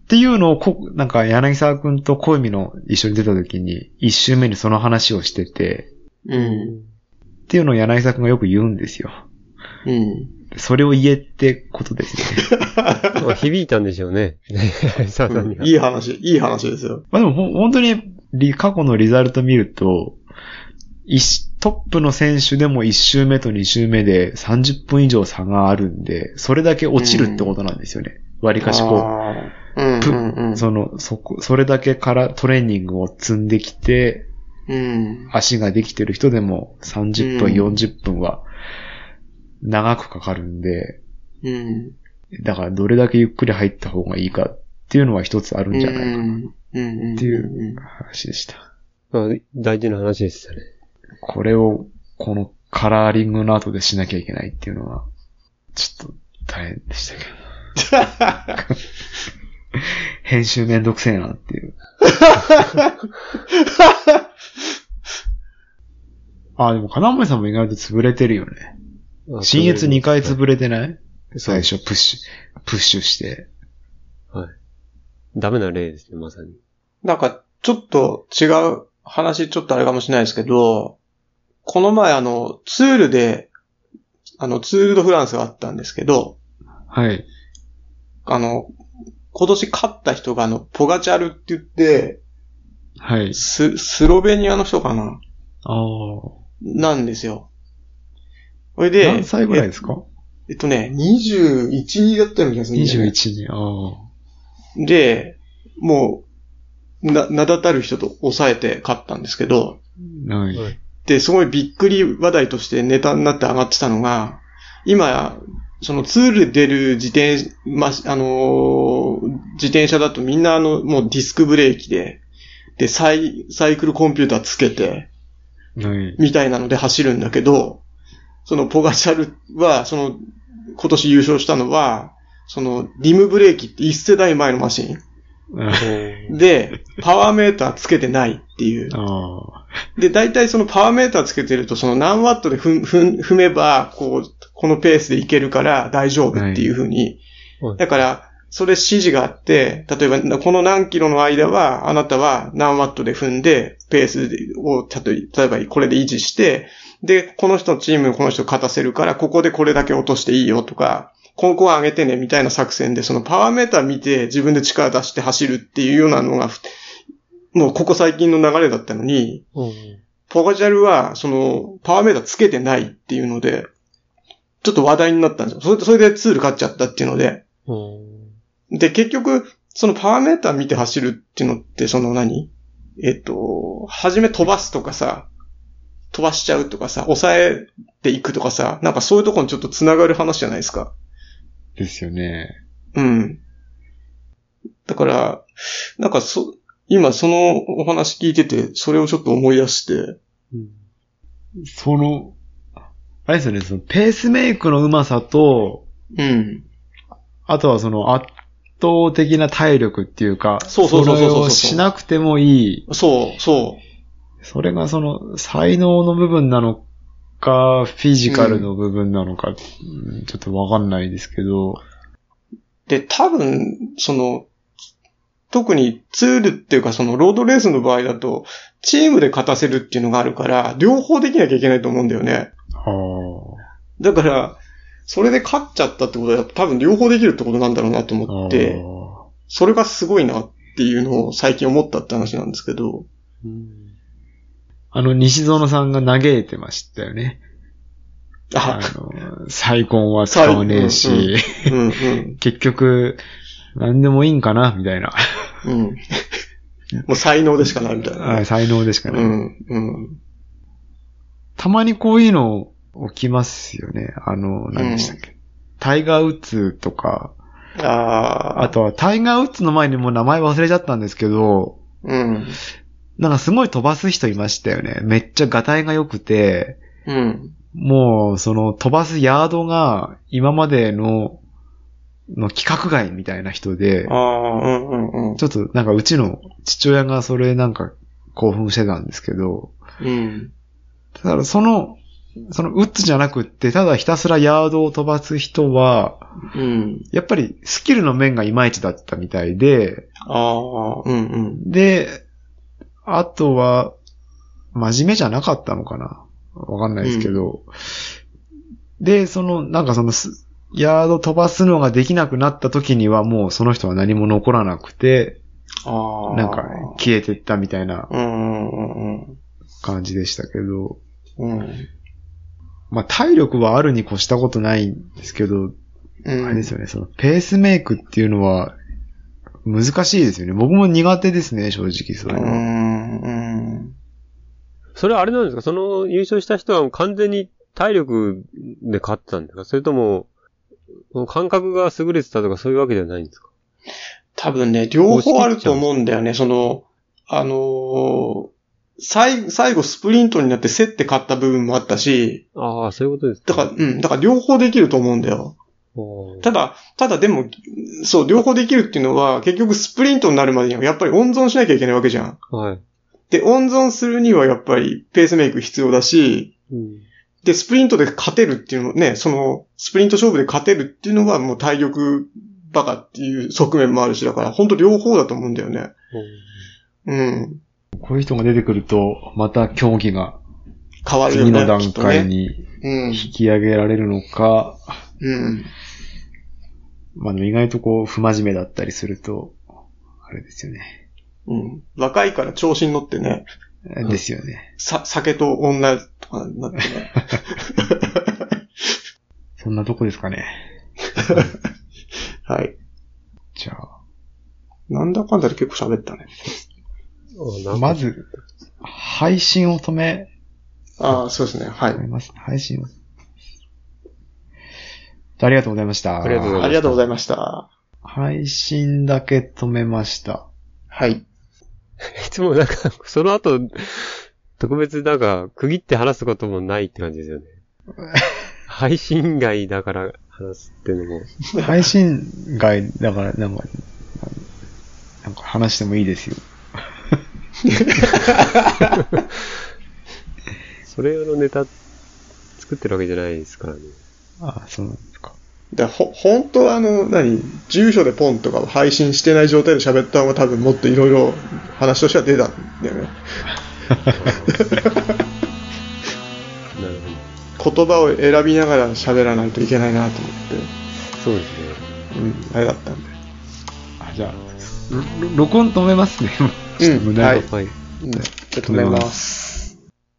っていうのをこ、なんか柳沢くんと小海の一緒に出た時に、一周目にその話をしてて、
うん。
っていうのを柳沢くんがよく言うんですよ。
うん。
それを言えってことです
[laughs]
ね。
まあ響いたんでしょうね。ささんには。
いい話、いい話ですよ。
まあでもほん本当にリ、過去のリザルト見ると、一トップの選手でも一周目と二周目で30分以上差があるんで、それだけ落ちるってことなんですよね。割かしこ
う。うんうんう
う、その、そこ、それだけからトレーニングを積んできて、
ん。
足ができてる人でも30分、
うん
40分は長くかかるんで、
うん。
だからどれだけゆっくり入った方がいいかっていうのは一つあるんじゃないかな。
うん。うんうん。
ってい
うん。
話でした。
あ大事な話でしたね。
これを、このカラーリングの後でしなきゃいけないっていうのは、ちょっと大変でしたけど。編集めんどくせえなっていう。あ、でも金森さんも意外と潰れてるよね。
[laughs]
あ
新越2回潰れてない
そう
最初プッシュ、プッシュして。
ダメな例ですね、まさに。
なんか、ちょっと違う話、ちょっとあれかもしれないですけど、この前あの、ツールで、あの、ツールドフランスがあったんですけど、
はい。
あの、今年勝った人があの、ポガチャルって言って、
はい。
ス、スロベニアの人かな
ああ。
なんですよ。これで、
何歳ぐらいですか
ええっとね、21、2だったような気がするんだよね
?21 に。ああ。
で、もう、な、名だたる人と抑えて勝ったんですけど、
ない。
はい
で、すごいびっくり話題としてネタになって上がってたのが、今、そのツールで出る自転、ま、あのー自転車だとみんなあの、もうディスクブレーキで、で、サイ、サイクルコンピューターつけて、
ない。
みたいなので走るんだけど、そのポガシャルは、その、今年優勝したのは、その、リムブレーキって一世代前のマシン。で、パワーメーターつけてないっていう。
ああ。
で、大体そのパワーメーターつけてると、その何ワットで踏踏踏めば、こう、このペースでいけるから大丈夫っていうふうに。
はい
だから、それ指示があって、例えば、この何キロの間は、あなたは何ワットで踏んで、ペースを、例え例えばこれで維持して、で、この人のチーム、この人勝たせるから、ここでこれだけ落としていいよとか、ここは上げてね、みたいな作戦で、そのパワーメーター見て自分で力出して走るっていうようなのが、もうここ最近の流れだったのに、ポガジャルは、その、パワーメーターつけてないっていうので、ちょっと話題になったんですよ。それそれでツール買っちゃったっていうので。で、結局、そのパワーメーター見て走るっていうのって、その何えっと、はじめ飛ばすとかさ、飛ばしちゃうとかさ、抑えていくとかさ、なんかそういうとこにちょっと繋がる話じゃないですか。
ですよね。
うん。だから、なんかそ、今そのお話聞いてて、それをちょっと思い出して、
その、あれですよね、そのペースメイクのうまさと、
うん。
あとはその圧倒的な体力っていうか、
そうそうそうそうそう
れをしなくてもいい。
そう、そう。
それがその才能の部分なのか、フィジカルの部分なのか、うんちょっとわかんないですけど、
で、多分、その、特にツールっていうかそのロードレースの場合だと、チームで勝たせるっていうのがあるから、両方できなきゃいけないと思うんだよね。
ああ。
だから、それで勝っちゃったってことは多分両方できるってことなんだろうなと思って、それがすごいなっていうのを最近思ったって話なんですけど、
あの、西園さんが嘆いてましたよね。あ
あ、
の、再婚は使わねえし、
再うんうん、
結局、何でもいいんかな、みたいな。
うん。
[laughs]
もう才能でしかないみたい
あ
な。
才能でしか
う
ない。
ん、うん。
たまにこういうの起きますよね。あの、何でしたっけ。タイガー・ウッズとか、
ああ、
あ、とはタイガー・ウッズの前にもう名前忘れちゃったんですけど、
うん、
なんかすごい飛ばす人いましたよね。めっちゃガタイが良くて、
うん、
もうその飛ばすヤードが今までの、の規格外みたいな人で
あ、あ、うん、うん、うん
ちょっとなんかうちの父親がそれなんか興奮してたんですけど、
うん。
ただからその、そのウッズじゃなくって、ただひたすらヤードを飛ばす人は、
うん。
やっぱりスキルの面がいまいちだったみたいで、
ああ、うんうん。
で、あとは、真面目じゃなかったのかなわかんないですけど、で、その、なんかそのす、ヤード飛ばすのができなくなった時にはもうその人は何も残らなくて、
ああ。
なんか消えてったみたいな
うんうんうん
感じでしたけど、
うん。うん。
まあ体力はあるに越したことないんですけど、
うん。
あれですよね、そのペースメイクっていうのは難しいですよね。僕も苦手ですね、正直そうれは。
んうん。
それはあれなんですかその優勝した人は完全に体力で勝ってたんですかそれとも、感覚が優れてたとかそういうわけではないんですか
多分ね、両方あると思うんだよね。その、あのー最、最後スプリントになって競って勝った部分もあったし、
ああ、そういうことです
だ
か。
から、うん、だから両方できると思うんだよ。
おー
ただ、ただでも、そう、両方できるっていうのは、結局スプリントになるまでにはやっぱり温存しなきゃいけないわけじゃん。
はい。
で、温存するにはやっぱりペースメイク必要だし、
うん。
で、スプリントで勝てるっていうのね、その、スプリント勝負で勝てるっていうのはもう体力バカっていう側面もあるし、だから本当両方だと思うんだよね。うん。
こういう人が出てくると、また競技が
変わるよ
次
ね。
の
き
段
っと
階
ね。
に
うん。
引き上げられるのか、
うん。
まあでも意外とこう、不真面目だったりすると、あれですよね。
うん。若いから調子に乗ってね、
ん
ですよね。
さ、酒と女とかになってね。 [laughs]
そんなとこですかね。
はい。
じゃあ、
なんだかんだで結構喋ったね。
おなんか
まず、配信を止め
ああ、そうですね。はい
止。めます。配信を。ありがとうございました。
ありがとうございました
ありがとうございました。
配信だけ止めました。
はい。
いつもなんか、その後、特別なんか、区切って話すこともないって感じですよね。配信外だから話すっていうのも。
配信外だから、なんか、なんか話してもいいですよ。
それ用のネタ作ってるわけじゃないですからね。
あそうなんですか。
で、ほ、本当はあの、何、住所でポンとかを配信してない状態で喋った方が多分もっといろいろ話としては出たんだよね。
なる
言葉を選びながら喋らないといけないなと思
ほど。そうですね。
って、うん、あれだったんで。
あ、じゃ [laughs] あ、ろ録音止めますね。ちょっと無駄な
はい
こと
はい。
うん、じゃあ止めます。